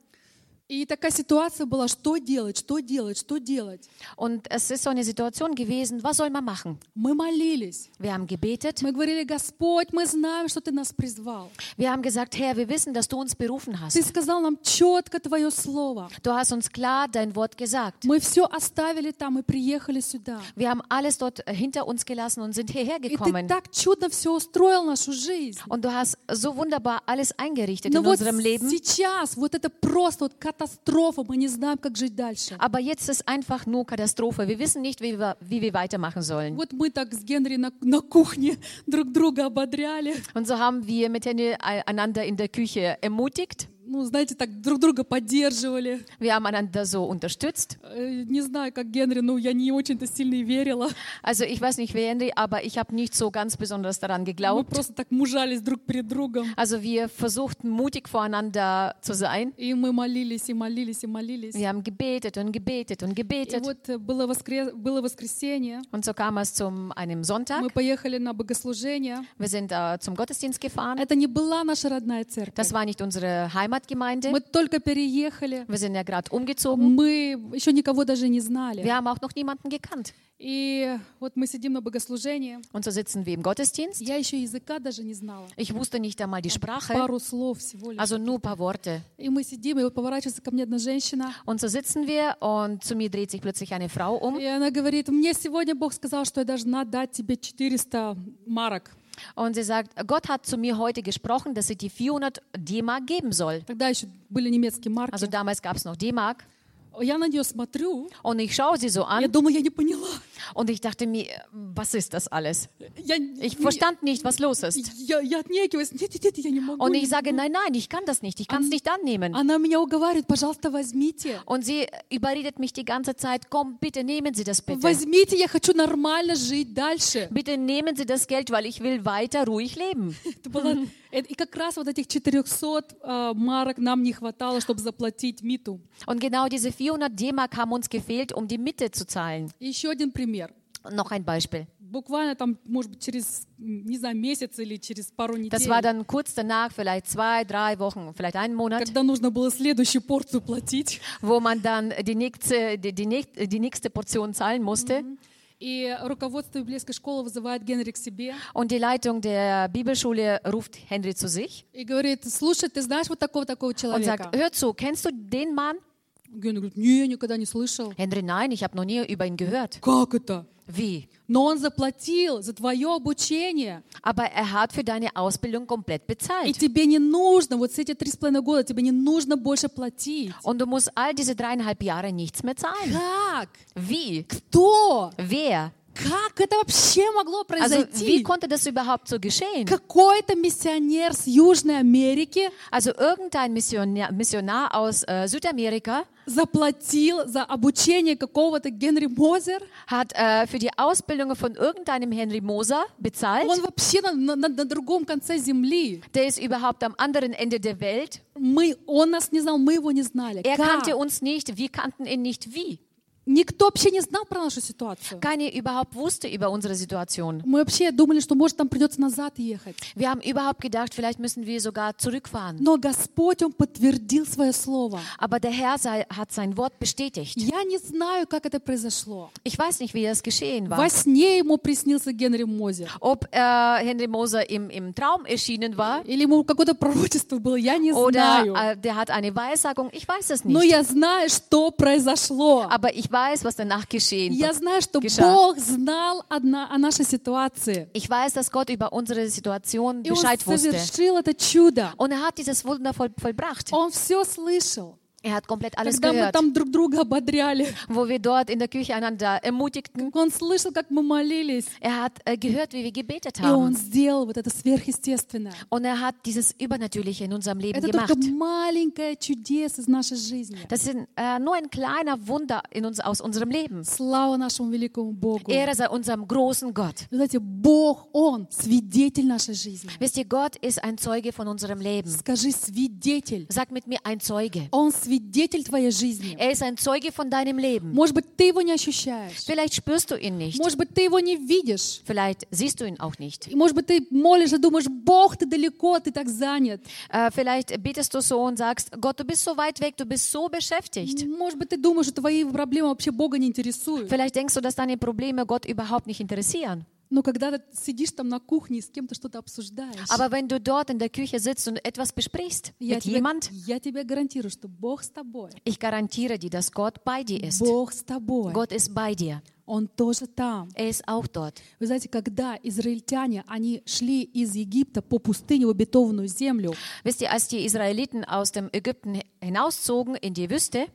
S2: И такая ситуация была, что делать, что делать, что делать.
S1: Und es ist so eine Situation gewesen, was soll man machen?
S2: Мы молились.
S1: Wir haben gebetet.
S2: Мы говорили, Господь, мы знаем, что Ты нас призвал.
S1: Wir haben gesagt, Herr, wir wissen, dass du uns berufen
S2: Ты
S1: hast.
S2: сказал нам четко Твое Слово.
S1: Du hast uns klar dein Wort gesagt.
S2: Мы все оставили там и приехали сюда.
S1: Wir haben alles dort hinter uns gelassen und sind hierher
S2: И ты
S1: gekommen.
S2: так чудно все устроил нашу жизнь.
S1: Und du hast so wunderbar alles eingerichtet
S2: Но
S1: in
S2: вот
S1: unserem Leben.
S2: сейчас вот это просто вот катастрофа, мы не знаем, как жить дальше.
S1: Aber jetzt ist einfach nur Katastrophe. Wir wissen nicht, wie wir, wie wir weitermachen sollen.
S2: Вот мы так с Генри на, на кухне друг друга ободряли,
S1: Und so haben wir mit Henny einander in der Küche ermutigt.
S2: ну, знаете, так друг друга поддерживали.
S1: Wir haben einander so unterstützt.
S2: Э, Не знаю, как Генри, ну, я не очень-то сильно и верила.
S1: Also ich weiß nicht, wer Henry, aber ich habe nicht so ganz besonders daran
S2: Мы
S1: geglaubt.
S2: просто так мужались друг перед другом.
S1: Also wir versuchten mutig voreinander zu sein.
S2: И мы молились, и молились, и молились.
S1: Wir haben gebetet und gebetet und
S2: И
S1: gebetet.
S2: вот э, было, воскре- было воскресенье,
S1: Und so kam es zum einem Sonntag.
S2: мы поехали на богослужение.
S1: Wir sind äh, zum Gottesdienst gefahren.
S2: Это не была наша родная церковь.
S1: Das war nicht unsere Heimatgemeinde.
S2: Мы только переехали.
S1: Wir sind ja gerade umgezogen.
S2: Мы еще никого даже не знали.
S1: Wir haben auch noch niemanden gekannt.
S2: И вот мы сидим на богослужении.
S1: Und so sitzen wir im Gottesdienst.
S2: Я еще языка даже не знала.
S1: Ich wusste nicht einmal die Sprache,
S2: Пару слов всего лишь.
S1: also nur ein paar Worte.
S2: И мы сидим, и вот поворачивается ко мне одна женщина.
S1: Und so sitzen wir und zu mir dreht sich plötzlich eine Frau um
S2: И она говорит, мне сегодня Бог сказал, что я должна дать тебе 400 марок.
S1: und sie sagt, Gott hat zu mir heute gesprochen, dass ich die 400 D-Mark geben soll.
S2: Тогда еще были немецкие марки.
S1: Also damals gab es noch D-Mark.
S2: Я на нее смотрю,
S1: Und ich schaue sie so
S2: я
S1: an
S2: думаю, я не поняла.
S1: und ich dachte mir, was ist das alles?
S2: Я,
S1: Ich verstand nicht, was los ist.
S2: я, я отнекиваюсь, нет, нет, нет, я не могу.
S1: Und
S2: не
S1: ich sage, nein, nein, ich kann das nicht, ich kann es nicht annehmen.
S2: Она меня уговаривает, пожалуйста, возьмите.
S1: Und sie überredet mich die ganze Zeit, komm, bitte nehmen Sie das bitte.
S2: Возьмите, я хочу нормально жить дальше.
S1: Bitte nehmen Sie das Geld, weil ich will weiter ruhig leben.
S2: Это было- это- И как раз вот этих 400 а, марок нам не хватало, чтобы заплатить Миту.
S1: Und genau diese 400 D-Mark haben uns gefehlt, um die Miete zu zahlen.
S2: И Еще один пример.
S1: Und Noch ein Beispiel.
S2: Буквально там, может быть, через, м, не знаю, месяц или через пару
S1: Das war
S2: недель,
S1: dann kurz danach, vielleicht zwei, drei Wochen, vielleicht einen Monat,
S2: когда нужно было следующую порцию платить.
S1: wo man dann die nächste, die, die, nächst- die nächste Portion zahlen musste.
S2: И руководство библейской школы вызывает Генри к себе
S1: Und die Leitung der Bibelschule ruft Henry zu sich
S2: и говорит, слушай, ты знаешь вот такого-такого
S1: und
S2: человека?
S1: sagt, hör zu, kennst du den Mann?
S2: Генри говорит, не, я никогда не слышал.
S1: Henry, nein, ich habe noch nie über ihn gehört.
S2: Как это?
S1: Wie?
S2: но Он заплатил за твое обучение.
S1: Aber er hat für deine Ausbildung komplett
S2: И
S1: bezahlt.
S2: тебе не нужно, вот с эти три с половиной года, тебе не нужно больше платить.
S1: Und du musst all diese dreieinhalb Jahre nichts mehr zahlen.
S2: Как?
S1: Wie?
S2: Кто?
S1: Wer?
S2: Как это вообще могло
S1: Also, wie
S2: произойти?
S1: konnte das überhaupt so geschehen?
S2: Какой-то миссионер с Южной Америки
S1: Also, irgendein Missionar, Missionar aus äh, Südamerika
S2: заплатил за обучение какого-то Генри Мозер.
S1: hat äh, für die Ausbildung von irgendeinem Henry Moser bezahlt.
S2: Он вообще на, на- на- на другом конце земли.
S1: Der ist überhaupt am anderen Ende der Welt.
S2: Мы, он нас не знал, мы его не знали.
S1: Er
S2: Как?
S1: kannte uns nicht, wir kannten ihn nicht. Wie?
S2: Никто вообще не знал про нашу ситуацию.
S1: Keiner überhaupt wusste über unsere Situation.
S2: Мы вообще думали, что может нам придется назад ехать.
S1: Wir haben überhaupt gedacht, vielleicht müssen wir sogar zurückfahren.
S2: Но Господь, Он подтвердил свое слово.
S1: Aber der Herr sei, hat sein Wort bestätigt.
S2: Я не знаю, как это произошло.
S1: Ich weiß nicht, wie das geschehen war.
S2: Во сне ему приснился Генри Мозер.
S1: Ob äh, Henry Moser im, im Traum erschienen war
S2: Или ему какое-то пророчество было, я не знаю.
S1: oder äh, der hat eine Weissagung, ich weiß es
S2: Но
S1: nicht.
S2: я знаю, что произошло.
S1: Aber ich weiß, was danach geschehen
S2: Я
S1: wird.
S2: знаю, что
S1: А, ну Киша.
S2: Бог знал одна- о нашей ситуации.
S1: Ich weiß, dass Gott über unsere Situation
S2: И Он
S1: Bescheid wusste.
S2: совершил это чудо.
S1: Und er hat dieses Wunder voll, vollbracht.
S2: Он все слышал.
S1: Er hat komplett alles
S2: Когда мы
S1: gehört,
S2: там друг друга ободряли,
S1: wo wir dort in der Küche einander ermutigten.
S2: Он слышал, как мы молились.
S1: Er hat äh, gehört, wie wir gebetet
S2: И Он
S1: haben.
S2: сделал вот это сверхъестественное.
S1: Und er hat dieses Übernatürliche in unserem Leben
S2: Это
S1: gemacht.
S2: только маленькое чудес из нашей жизни.
S1: Das ist äh, nur ein kleiner Wunder in uns, aus unserem Leben.
S2: Слава нашему великому Богу.
S1: Ehre sei unserem großen Gott.
S2: Вы знаете, Бог, Он свидетель нашей жизни.
S1: Wisst ihr, Gott ist ein Zeuge von unserem Leben.
S2: Скажи, свидетель.
S1: Sag mit mir, ein Zeuge.
S2: Он свидетель твоей жизни.
S1: Er ist ein Zeuge von deinem Leben.
S2: Может быть, ты его не ощущаешь.
S1: Vielleicht spürst du ihn nicht.
S2: Может быть, ты его не видишь.
S1: Vielleicht siehst du ihn auch nicht.
S2: И, может быть, ты молишь и думаешь, Бог, ты далеко, ты так занят.
S1: Äh, vielleicht betest du so und sagst, Gott, du bist so weit weg, du bist so beschäftigt.
S2: Может быть, ты думаешь, что твои проблемы вообще Бога не интересуют.
S1: Vielleicht denkst du, dass deine Probleme Gott überhaupt nicht interessieren.
S2: Но когда ты сидишь там на кухне и с кем-то что-то обсуждаешь,
S1: Aber wenn du dort in der Küche sitzt und etwas besprichst
S2: я,
S1: mit
S2: тебе,
S1: jemand,
S2: я тебе гарантирую, что Бог с тобой.
S1: ich garantiere dir, dass Gott bei dir ist.
S2: Бог с тобой.
S1: Gott ist bei dir.
S2: Он тоже там.
S1: Er ist auch dort.
S2: Вы знаете, когда израильтяне, они шли из Египта по пустыне в обетованную землю,
S1: Wisst ihr, als die Israeliten aus dem Ägypten hinauszogen in die Wüste,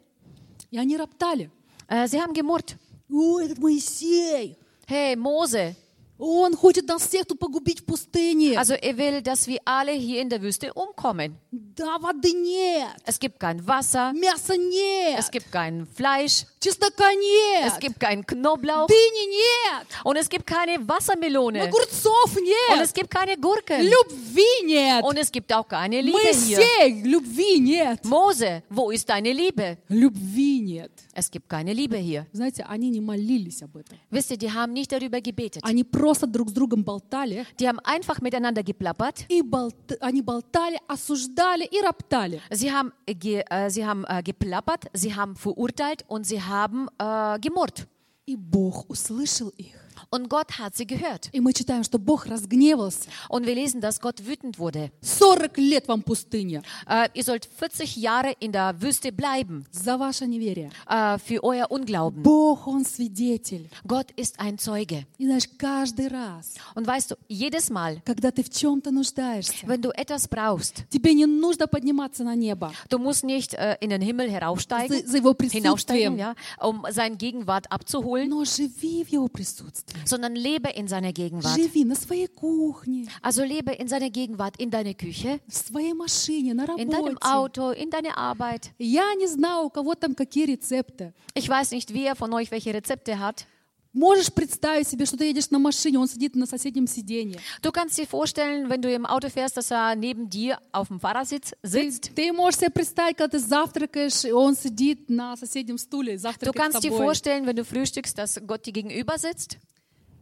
S2: и они роптали.
S1: äh, sie haben gemurrt.
S2: О, этот Моисей!
S1: Hey, Mose,
S2: Он хочет нас всех тут погубить в пустыне.
S1: also er will, dass wir alle hier in der Wüste umkommen.
S2: Да, воды нет,
S1: Es gibt kein Wasser,
S2: мяса
S1: es
S2: нет,
S1: gibt kein Fleisch,
S2: чеснока
S1: es
S2: нет,
S1: gibt keinen Knoblauch
S2: дыни нет,
S1: und es gibt keine Wassermelone
S2: огурцов
S1: und
S2: нет,
S1: es gibt keine Gurken.
S2: любви нет,
S1: Und es gibt auch keine Liebe hier.
S2: Моисей, любви нет,
S1: Mose, wo ist deine Liebe?
S2: любви нет.
S1: Es gibt keine Liebe hier.
S2: Знаете, они не молились об этом.
S1: Wisst ihr, die haben nicht darüber gebetet.
S2: Они просто друг с другом болтали,
S1: Die haben einfach miteinander geplappert.
S2: и болт- они болтали, осуждали и роптали.
S1: Sie haben, ge äh, sie haben äh, geplappert, sie haben verurteilt und sie haben äh, gemurrt.
S2: И Бог услышал их.
S1: Und Gott hat sie gehört.
S2: И мы читаем, что Бог разгневался.
S1: Und wir lesen, dass Gott wütend wurde.
S2: 40 лет вам пустыня
S1: Äh, ihr sollt 40 Jahre in der Wüste bleiben
S2: за ваше неверие.
S1: äh, für euer Unglauben.
S2: Бог, Он свидетель.
S1: Gott ist ein Zeuge.
S2: И знаешь, каждый раз,
S1: Und weißt du, jedes Mal,
S2: когда ты в чем-то нуждаешься,
S1: wenn du etwas brauchst,
S2: тебе не нужно подниматься на небо
S1: Du musst nicht äh, in den Himmel heraufsteigen,
S2: за, за Его
S1: hinaufsteigen,
S2: присутствием,
S1: ja, um seine Gegenwart abzuholen,
S2: но живи в Его присутствии.
S1: sondern lebe in seiner Gegenwart.
S2: Живи на своей кухне,
S1: Also lebe in seiner Gegenwart in deiner Küche,
S2: в своей машине, на
S1: in deinem
S2: работе.
S1: Auto, in deiner Arbeit.
S2: Я не знаю, у кого там какие рецепты.
S1: Ich weiß nicht, wer von euch welche Rezepte hat.
S2: Можешь представить себе, что ты едешь на машине, он сидит на соседнем сиденье.
S1: Du kannst dir vorstellen, wenn du im Auto fährst, dass er neben dir auf dem Fahrersitz
S2: Ты,
S1: sitzt.
S2: ты можешь себе представить, когда ты завтракаешь, и он сидит на соседнем стуле, и
S1: Du
S2: завтракает с
S1: kannst dir
S2: тобой.
S1: vorstellen, wenn du frühstückst, dass Gott dir gegenüber sitzt.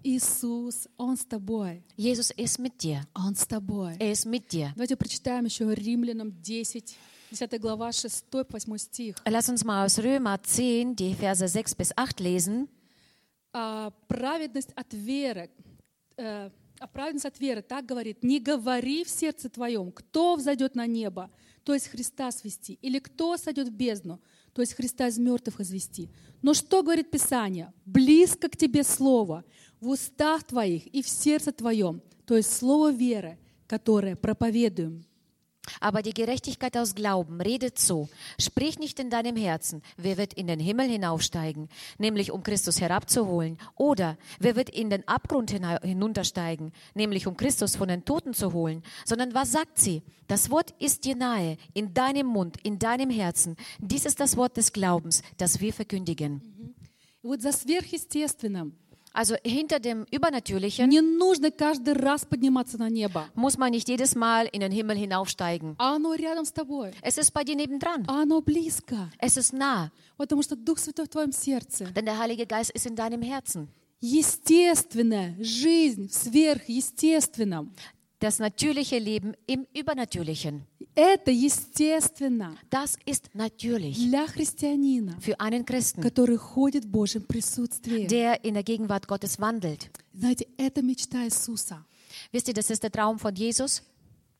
S2: Иисус, Он с тобой,
S1: Jesus ist mit dir.
S2: Он с тобой.
S1: Er ist mit dir.
S2: Давайте прочитаем еще Римлянам 10, 10 глава, 6 по 8 стих.
S1: Lass uns mal aus Römer 10 die Verse 6 bis 8 lesen.
S2: А, праведность от веры. э, а праведность от веры так говорит, не говори в сердце твоем, кто взойдет на небо, то есть Христа свести, или кто сойдет в бездну, то есть Христа из мертвых извести. Но что говорит Писание? Близко к тебе Слово, в устах твоих и в сердце твоем, то есть Слово веры, которое проповедуем.
S1: Aber die Gerechtigkeit aus Glauben redet so, sprich nicht in deinem Herzen, wer wird in den Himmel hinaufsteigen, nämlich um Christus herabzuholen, oder wer wird in den Abgrund hina- hinuntersteigen, nämlich um Christus von den Toten zu holen, sondern was sagt sie? Das Wort ist dir nahe, in deinem Mund, in deinem Herzen. Dies ist das Wort des Glaubens, das wir verkündigen.
S2: И вот за сверхъестественным
S1: Also hinter dem Übernatürlichen
S2: не нужно каждый раз подниматься на небо,
S1: muss man nicht jedes Mal in den Himmel hinaufsteigen.
S2: а оно рядом с тобой,
S1: Es ist bei dir nebendran.
S2: а оно близко,
S1: Es ist nah,
S2: потому что Дух Святой в твоем сердце.
S1: denn der Heilige Geist ist in deinem Herzen.
S2: Естественная жизнь в сверхъестественном.
S1: Das natürliche Leben im Übernatürlichen.
S2: Это естественно
S1: Das ist natürlich
S2: для христианина,
S1: für einen Christen,
S2: который ходит в Божьем присутствии.
S1: der in der Gegenwart Gottes wandelt.
S2: Знаете, это мечта Иисуса.
S1: Wisst ihr, das ist der Traum von Jesus.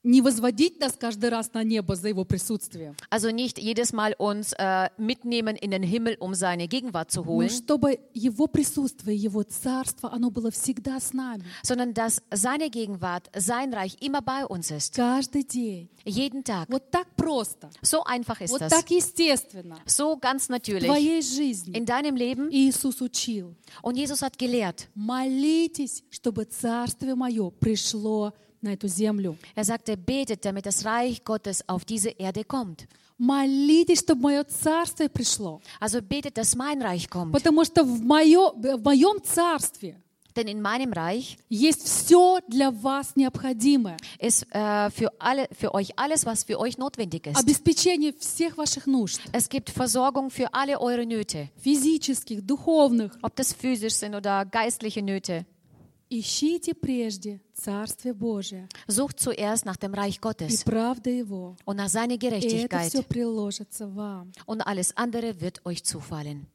S2: Не возводить нас каждый раз на небо за Его присутствие,
S1: Also nicht jedes Mal uns äh, mitnehmen in den Himmel, um seine Gegenwart zu
S2: но
S1: holen,
S2: чтобы Его присутствие, Его царство, оно было всегда с нами.
S1: sondern dass seine Gegenwart, sein Reich immer bei uns ist.
S2: Каждый день.
S1: Jeden Tag.
S2: Вот так просто,
S1: So einfach ist
S2: вот
S1: das.
S2: так естественно.
S1: So ganz
S2: В
S1: natürlich.
S2: твоей жизни
S1: In deinem Leben.
S2: Иисус учил.
S1: Und Jesus hat gelehrt.
S2: Молитесь, чтобы Царствие Мое пришло на эту землю.
S1: Er sagte, betet, damit das Reich Gottes auf diese Erde kommt.
S2: Молитесь, чтобы мое царствие пришло.
S1: Also betet, dass mein Reich kommt.
S2: Потому что в, моё- в моем царстве
S1: Denn in meinem Reich
S2: есть все для вас необходимое.
S1: ist äh, für, alle, für euch alles, was für euch notwendig ist.
S2: Обеспечение всех ваших нужд.
S1: Es gibt Versorgung für alle eure Nöte,
S2: Физических, духовных.
S1: ob das physisch sind oder geistliche Nöte.
S2: Ищите прежде Царствие Божие
S1: Sucht zuerst nach dem Reich
S2: и
S1: Gottes
S2: правда Его.
S1: und nach seiner
S2: И это все
S1: Gerechtigkeit
S2: приложится вам.
S1: und alles andere wird euch zufallen.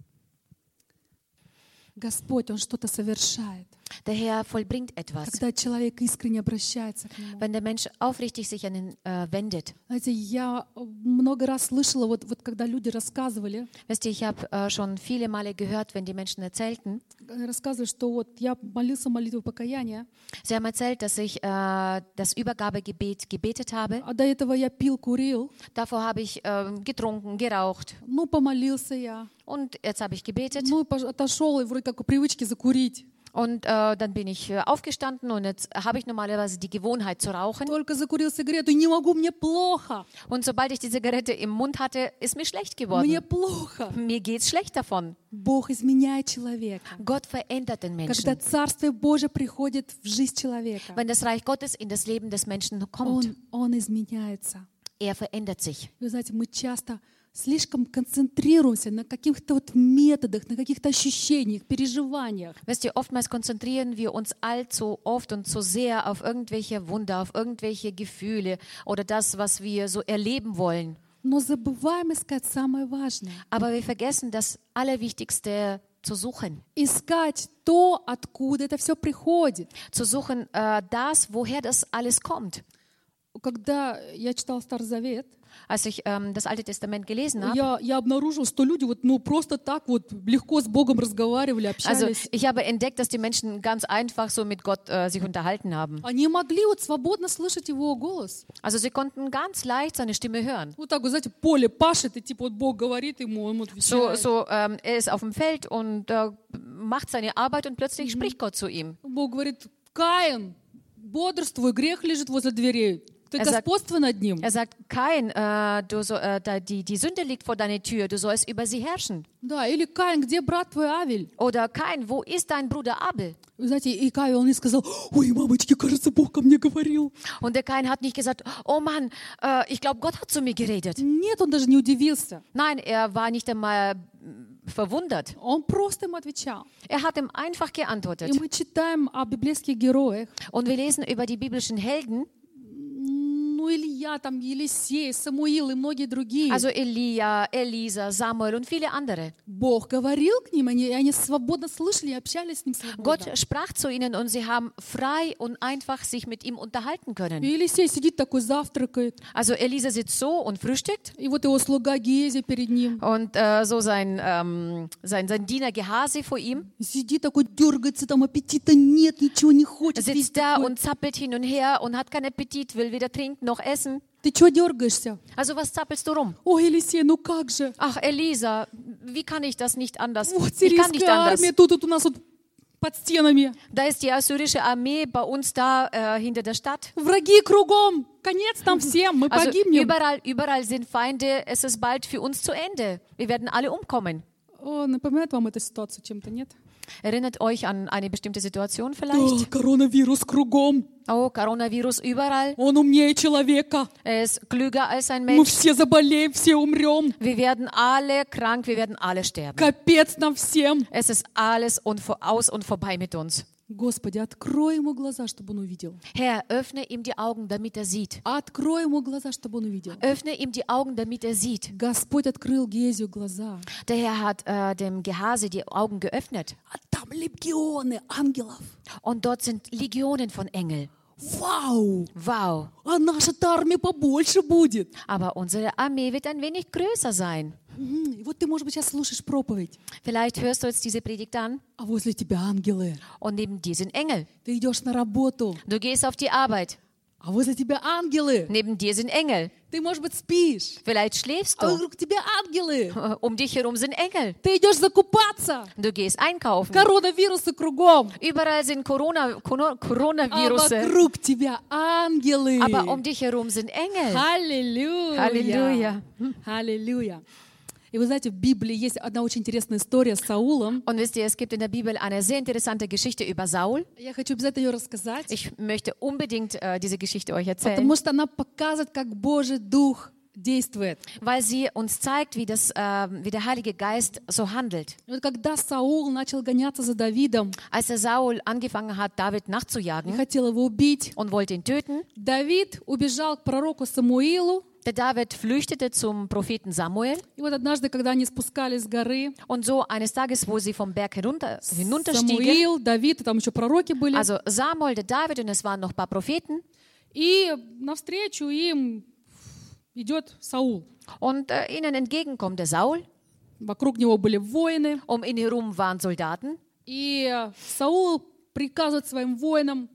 S2: Господь, Он что-то совершает.
S1: Der Herr vollbringt etwas,
S2: Когда человек искренне обращается к Нему.
S1: wenn der Mensch aufrichtig sich an ihn äh, wendet.
S2: Знаете, я э, много раз слышала, вот, вот когда люди рассказывали,
S1: Wisst ihr, ich habe äh, schon viele Male gehört, wenn die Menschen erzählten,
S2: э, рассказывали, что вот я молился молитву покаяния,
S1: sie haben erzählt, dass ich äh, das Übergabegebet gebetet habe.
S2: а до этого я пил, курил,
S1: Davor habe ich ähm, getrunken, geraucht
S2: ну, помолился я,
S1: und jetzt habe ich gebetet
S2: ну, и пош- отошел, и вроде как у привычки закурить.
S1: und äh, dann bin ich äh, aufgestanden und jetzt habe ich normalerweise die Gewohnheit zu rauchen
S2: Только закурил сигарету, не могу, мне плохо,
S1: und sobald ich die Zigarette im Mund hatte, ist mir schlecht
S2: мне
S1: geworden.
S2: плохо.
S1: Mir geht's schlecht davon.
S2: Бог изменяет человека.
S1: Gott verändert den
S2: Когда
S1: Menschen.
S2: Царствие Божие приходит в жизнь человека,
S1: Wenn das Reich Gottes in das Leben des Menschen kommt,
S2: он, он изменяется.
S1: er verändert sich.
S2: Вы знаете, мы часто слишком концентрируемся на каких-то вот методах, на каких-то ощущениях, переживаниях.
S1: Wisst ihr, oftmals konzentrieren wir uns allzu oft und zu sehr auf irgendwelche Wunder, auf irgendwelche Gefühle oder das, was wir so erleben wollen.
S2: Но забываем искать самое важное.
S1: Aber wir vergessen das Allerwichtigste zu suchen.
S2: Искать то, откуда это все приходит.
S1: Zu suchen äh, das, woher das alles kommt.
S2: Когда я читал Старый Завет,
S1: Als ich ähm, das Alte Testament gelesen habe,
S2: я, я обнаружил, что люди вот, ну, просто так вот легко с Богом разговаривали,
S1: also
S2: общались.
S1: ich habe entdeckt, dass die Menschen ganz einfach so mit Gott äh, sich unterhalten haben.
S2: Они могли вот свободно слышать его голос.
S1: Also sie konnten ganz leicht seine Stimme hören.
S2: Вот так вот, знаете, поле пашет, и типа вот Бог говорит ему, он вот
S1: So,
S2: отвечает.
S1: so ähm, er ist auf dem Feld und äh, macht seine Arbeit und plötzlich spricht Gott zu ihm.
S2: Бог говорит, Каин, бодрствуй, грех лежит возле дверей. Ты
S1: Я за-
S2: господство над ним.
S1: Er sagt, Kain, äh, du so, äh, da, die, die Sünde liegt vor deiner Tür, du sollst über sie herrschen.
S2: Да, или Каин, где брат твой Авель?
S1: Oder Kain, wo ist dein Bruder Abel?
S2: Вы знаете, и Каин, он не сказал, ой, мамочки, кажется, Бог ко мне говорил.
S1: Und der Kain hat nicht gesagt, oh Mann, äh, ich glaube, Gott hat zu mir geredet.
S2: Нет, он даже не удивился.
S1: Nein, er war nicht einmal mm, verwundert.
S2: Он просто ему отвечал.
S1: Er hat ihm einfach geantwortet.
S2: И мы читаем о библейских героях.
S1: Und wir lesen über die biblischen Helden.
S2: М, ну Илья, там Елисей, Самуил и многие другие.
S1: Also Elia, Elisa, Samuel und viele andere.
S2: Бог говорил к ним, они, и они свободно слышали и общались с ним свободно.
S1: Gott sprach zu ihnen und sie haben frei und einfach sich mit ihm unterhalten
S2: И
S1: können.
S2: Елисей сидит такой, завтракает,
S1: Also Elisa sitzt so und frühstückt
S2: и вот его слуга Гези перед ним.
S1: und äh, so sein, ähm, sein, sein Diener Gehasi vor ihm
S2: Сидит такой, дергается, там аппетита нет, ничего не хочет. весь
S1: sitzt da
S2: такой.
S1: und zappelt hin und her und hat keinen Appetit, will weder trinken noch essen.
S2: Ты чего дергаешься?
S1: Also was zappelst du rum?
S2: О, Елисей, ну как же?
S1: Ach Elisa, wie kann ich das nicht anders?
S2: Вот
S1: Ich kann nicht
S2: сирийская
S1: anders.
S2: армия тут, вот у нас вот под стенами.
S1: Da ist die assyrische Armee bei uns da äh, hinter der Stadt.
S2: Враги кругом. Конец там всем. Мы
S1: Also
S2: погибнем.
S1: überall, überall sind Feinde. Es ist bald für uns zu Ende. Wir werden alle umkommen.
S2: О, напоминает вам эта ситуация чем-то, нет?
S1: Erinnert euch an eine bestimmte Situation vielleicht?
S2: О, коронавирус кругом.
S1: Oh, Coronavirus überall.
S2: Он умнее человека.
S1: Er ist klüger als ein
S2: Мы
S1: Mensch.
S2: все заболеем, все умрем.
S1: Wir werden alle krank. Wir werden alle sterben.
S2: Капец нам всем.
S1: Es ist alles und vor, aus und vorbei mit uns.
S2: Господи, открой ему глаза, чтобы он увидел.
S1: Herr, öffne ihm die Augen, damit er sieht.
S2: Открой ему глаза, чтобы он увидел.
S1: Öffne ihm die Augen, damit er sieht.
S2: Господь открыл Гезию глаза.
S1: Der Herr hat äh, dem Gehase die Augen geöffnet.
S2: А там легионы ангелов.
S1: Und dort sind Legionen von Engeln.
S2: Вау!
S1: Wow.
S2: А наша-то армия побольше будет.
S1: Aber unsere Armee wird ein wenig größer sein.
S2: М, И вот ты, может быть, сейчас слушаешь проповедь,
S1: Vielleicht hörst du jetzt diese Predigt an
S2: а возле тебя ангелы.
S1: und neben dir sind Engel.
S2: Ты идешь на работу,
S1: Du gehst auf die Arbeit,
S2: а возле тебя ангелы.
S1: neben dir sind Engel.
S2: Ты, может быть, спишь,
S1: Vielleicht schläfst
S2: а
S1: du,
S2: вокруг тебя ангелы.
S1: um dich herum sind Engel.
S2: Ты идешь закупаться.
S1: Du gehst einkaufen.
S2: Коронавирусы кruгom.
S1: Überall sind Corona, Corona-
S2: А
S1: Coronavirusse,
S2: вокруг тебя ангелы.
S1: aber um dich herum sind Engel.
S2: Аллилуйя.
S1: Аллилуйя.
S2: Аллилуйя. И вы знаете, в Библии есть одна очень интересная история с Саулом.
S1: Und wisst ihr, es gibt in der Bibel eine sehr interessante Geschichte über Saul.
S2: Я хочу обязательно ее рассказать,
S1: Ich möchte unbedingt äh, diese Geschichte euch erzählen,
S2: потому что она показывает, как Божий Дух действует.
S1: weil sie uns zeigt, wie, das, ähm, wie der Heilige Geist so handelt.
S2: И вот когда Саул начал гоняться за Давидом
S1: Als der Saul angefangen hat, David
S2: и
S1: nachzujagen
S2: хотел его убить,
S1: und wollte ihn töten,
S2: Давид убежал к пророку Самуилу.
S1: der David flüchtete zum Propheten Samuel.
S2: И вот однажды, когда они спускались с горы,
S1: Und so eines Tages, wo sie vom Berg hinunter, hinunterstiegen,
S2: Самуил, Давид, и там еще пророки были,
S1: also Samuel, der David und es waren noch ein paar Propheten,
S2: и навстречу им идет Саул.
S1: und äh, ihnen entgegenkommt der Saul.
S2: Вокруг него были воины,
S1: Um ihn herum waren Soldaten.
S2: и Саул приказывает своим воинам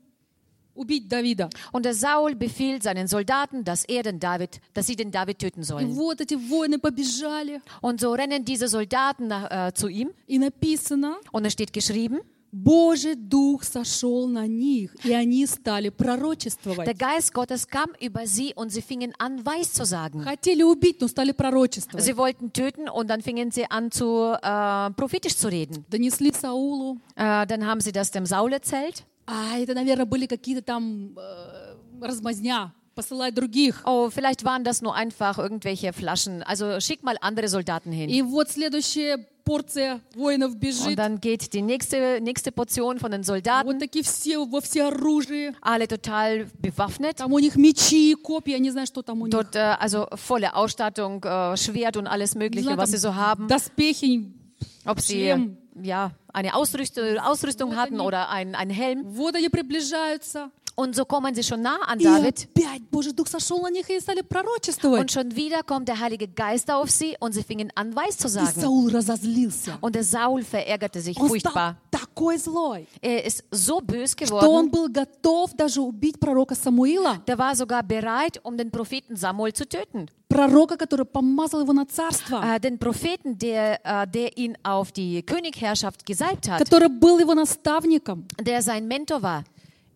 S2: убить Давида.
S1: Und der Saul befiehlt seinen Soldaten, dass er den David, dass sie den David töten
S2: И
S1: sollen.
S2: вот эти воины побежали,
S1: Und so rennen diese Soldaten nach, äh, zu ihm.
S2: и написано,
S1: Und es steht geschrieben,
S2: Божий Дух сошел на них, и они стали
S1: der
S2: пророчествовать.
S1: Geist Gottes kam über sie und sie fingen an, weiß zu sagen.
S2: Хотели убить, но стали пророчествовать.
S1: Sie wollten töten und dann fingen sie an, zu äh, prophetisch zu reden.
S2: Донесли Саулу.
S1: Äh, dann haben sie das dem Saul erzählt.
S2: А это, наверное, были какие-то там э, размазня, посылать других.
S1: Oh, vielleicht waren das nur einfach irgendwelche Flaschen. Also schick mal andere Soldaten hin.
S2: И вот следующая порция воинов
S1: Und
S2: бежит.
S1: dann geht die nächste, nächste Portion von den
S2: Вот
S1: Soldaten,
S2: такие все во все оружие.
S1: alle total bewaffnet.
S2: Там у них мечи, копья, я не знаю, что там у них.
S1: Dort, äh, also volle Ausstattung, äh, Schwert und alles
S2: Не
S1: Mögliche,
S2: знаю,
S1: was
S2: там
S1: sie so haben.
S2: Доспехи.
S1: Ob sie
S2: Schlimm.
S1: ja, eine Ausrüstung, Ausrüstung hatten oder ein- einen Helm.
S2: Вот они приближаются.
S1: Und so kommen sie schon nah an
S2: И
S1: David.
S2: опять Божий Дух сошел на них и стали
S1: Und
S2: пророчествовать.
S1: schon wieder kommt der Heilige Geist auf sie und sie fingen an, weiß zu
S2: И
S1: sagen.
S2: Саул разозлился.
S1: Und der Saul verärgerte sich
S2: Он стал
S1: furchtbar.
S2: такой злой,
S1: Er ist so bös
S2: что он
S1: geworden,
S2: был готов даже убить пророка Самуила,
S1: der war sogar bereit, um den Propheten Samuel zu töten.
S2: пророка, который помазал его на царство,
S1: Äh, den Propheten, der, äh, der ihn auf die Königherrschaft gesalbt hat,
S2: который был его наставником.
S1: der sein Mentor war.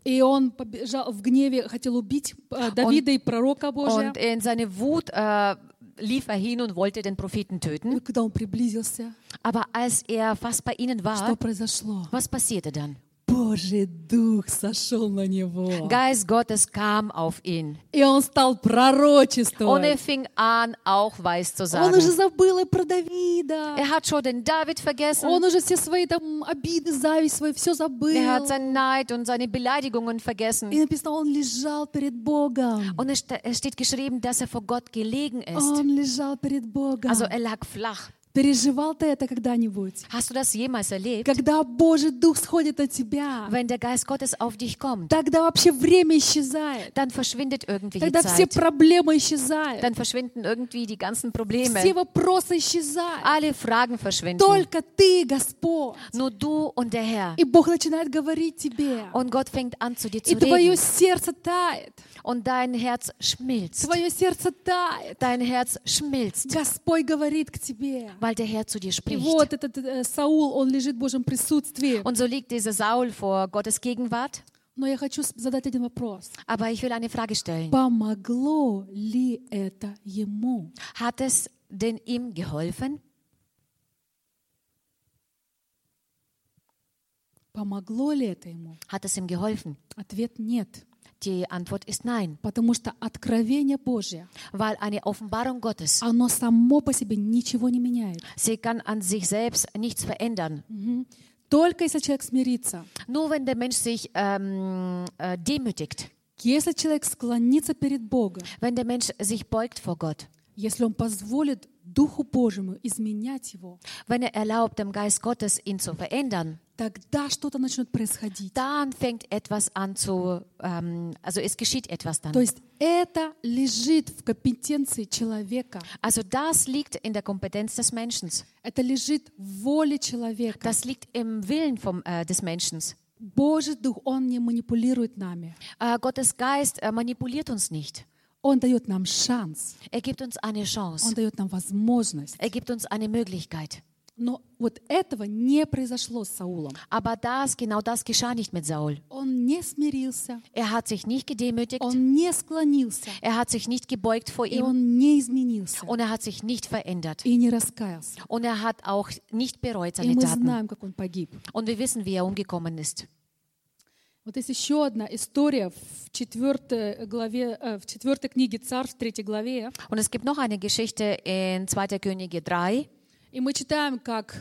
S2: И он побежал в гневе, хотел убить э, Давида и пророка Божия.
S1: Und in seine Wut äh, lief er hin und wollte den Propheten
S2: И
S1: töten.
S2: когда он приблизился,
S1: Aber als er fast bei ihnen
S2: что
S1: war,
S2: произошло?
S1: was passierte dann?
S2: Божий Дух сошел на него.
S1: Geist Gottes kam auf ihn.
S2: И он стал
S1: Und
S2: пророчествовать.
S1: er fing an, auch weiß zu
S2: Он уже
S1: sagen.
S2: забыл и про Давида.
S1: Er hat schon den David vergessen.
S2: Он уже все свои там обиды, зависть свою, все забыл.
S1: Er hat seinen Neid und seine Beleidigungen
S2: И
S1: vergessen.
S2: написано, он лежал перед Богом.
S1: Und es ste- es steht geschrieben, dass er vor Gott gelegen ist.
S2: Он лежал перед Богом.
S1: Also er lag flach.
S2: Переживал ты это когда-нибудь?
S1: Hast du das jemals erlebt?
S2: Когда Божий Дух сходит на тебя,
S1: Wenn der Geist Gottes auf dich kommt,
S2: тогда вообще время исчезает.
S1: dann verschwindet irgendwie die
S2: Тогда все
S1: Zeit.
S2: проблемы исчезают.
S1: Dann verschwinden irgendwie die ganzen
S2: Все
S1: Probleme.
S2: вопросы исчезают.
S1: Alle Fragen verschwinden.
S2: Только ты, Господь.
S1: Nur du und der Herr.
S2: И Бог начинает говорить тебе.
S1: Und Gott fängt an, zu dir
S2: И
S1: zu
S2: твое
S1: reden.
S2: сердце тает.
S1: Und dein Herz schmilzt.
S2: Твое сердце тает.
S1: Dein Herz schmilzt,
S2: Господь говорит к тебе.
S1: weil der Herr zu dir
S2: И
S1: spricht.
S2: вот этот э, Саул, он лежит в Божьем присутствии.
S1: Und so liegt dieser Saul vor Gottes Gegenwart.
S2: Но я хочу с- задать один вопрос.
S1: Aber ich will eine Frage stellen.
S2: Помогло ли это ему?
S1: Hat es denn ihm geholfen?
S2: Помогло ли это ему?
S1: Hat es ihm geholfen?
S2: Ответ нет.
S1: Die Antwort ist nein,
S2: Потому что откровение Божье,
S1: weil eine Offenbarung Gottes,
S2: оно само по себе ничего не меняет.
S1: sie kann an sich selbst nichts verändern.
S2: Мгм. Только если человек смирится,
S1: Nur wenn der Mensch sich ähm, äh, demütigt,
S2: если человек склонится перед Богом,
S1: wenn der Mensch sich beugt vor Gott,
S2: если он позволит Духу Божьему изменять его,
S1: wenn er erlaubt, dem Geist Gottes ihn zu verändern,
S2: тогда что-то начнет происходить.
S1: dann fängt etwas an zu, ähm, also es geschieht etwas dann.
S2: То есть это лежит в компетенции человека,
S1: Also das liegt in der Kompetenz des Menschen.
S2: это лежит в воле человека.
S1: Das liegt im Willen vom, äh, des Menschen.
S2: Божий Дух, Он не манипулирует нами.
S1: Äh, Gottes Geist äh, manipuliert uns nicht.
S2: Он дает нам шанс,
S1: Er gibt uns eine
S2: Он
S1: Chance.
S2: дает нам возможность.
S1: Er gibt uns eine Möglichkeit.
S2: Но вот этого не произошло с Саулом.
S1: Aber das, genau das geschah nicht mit Saul.
S2: Он не смирился,
S1: Er hat sich nicht gedemütigt.
S2: он не склонился,
S1: Er hat sich nicht gebeugt vor
S2: и
S1: ihm.
S2: он не изменился,
S1: Und er hat sich nicht verändert.
S2: и не раскаялся.
S1: Und er hat auch nicht bereut
S2: И
S1: seine
S2: мы
S1: Taten.
S2: знаем, как он погиб.
S1: Und wir wissen, wie er umgekommen ist.
S2: Вот есть еще одна история в четвертой главе, э, в четвертой книге Царств, в третьей главе.
S1: Und es gibt noch eine Geschichte in 2. Könige 3.
S2: И мы читаем, как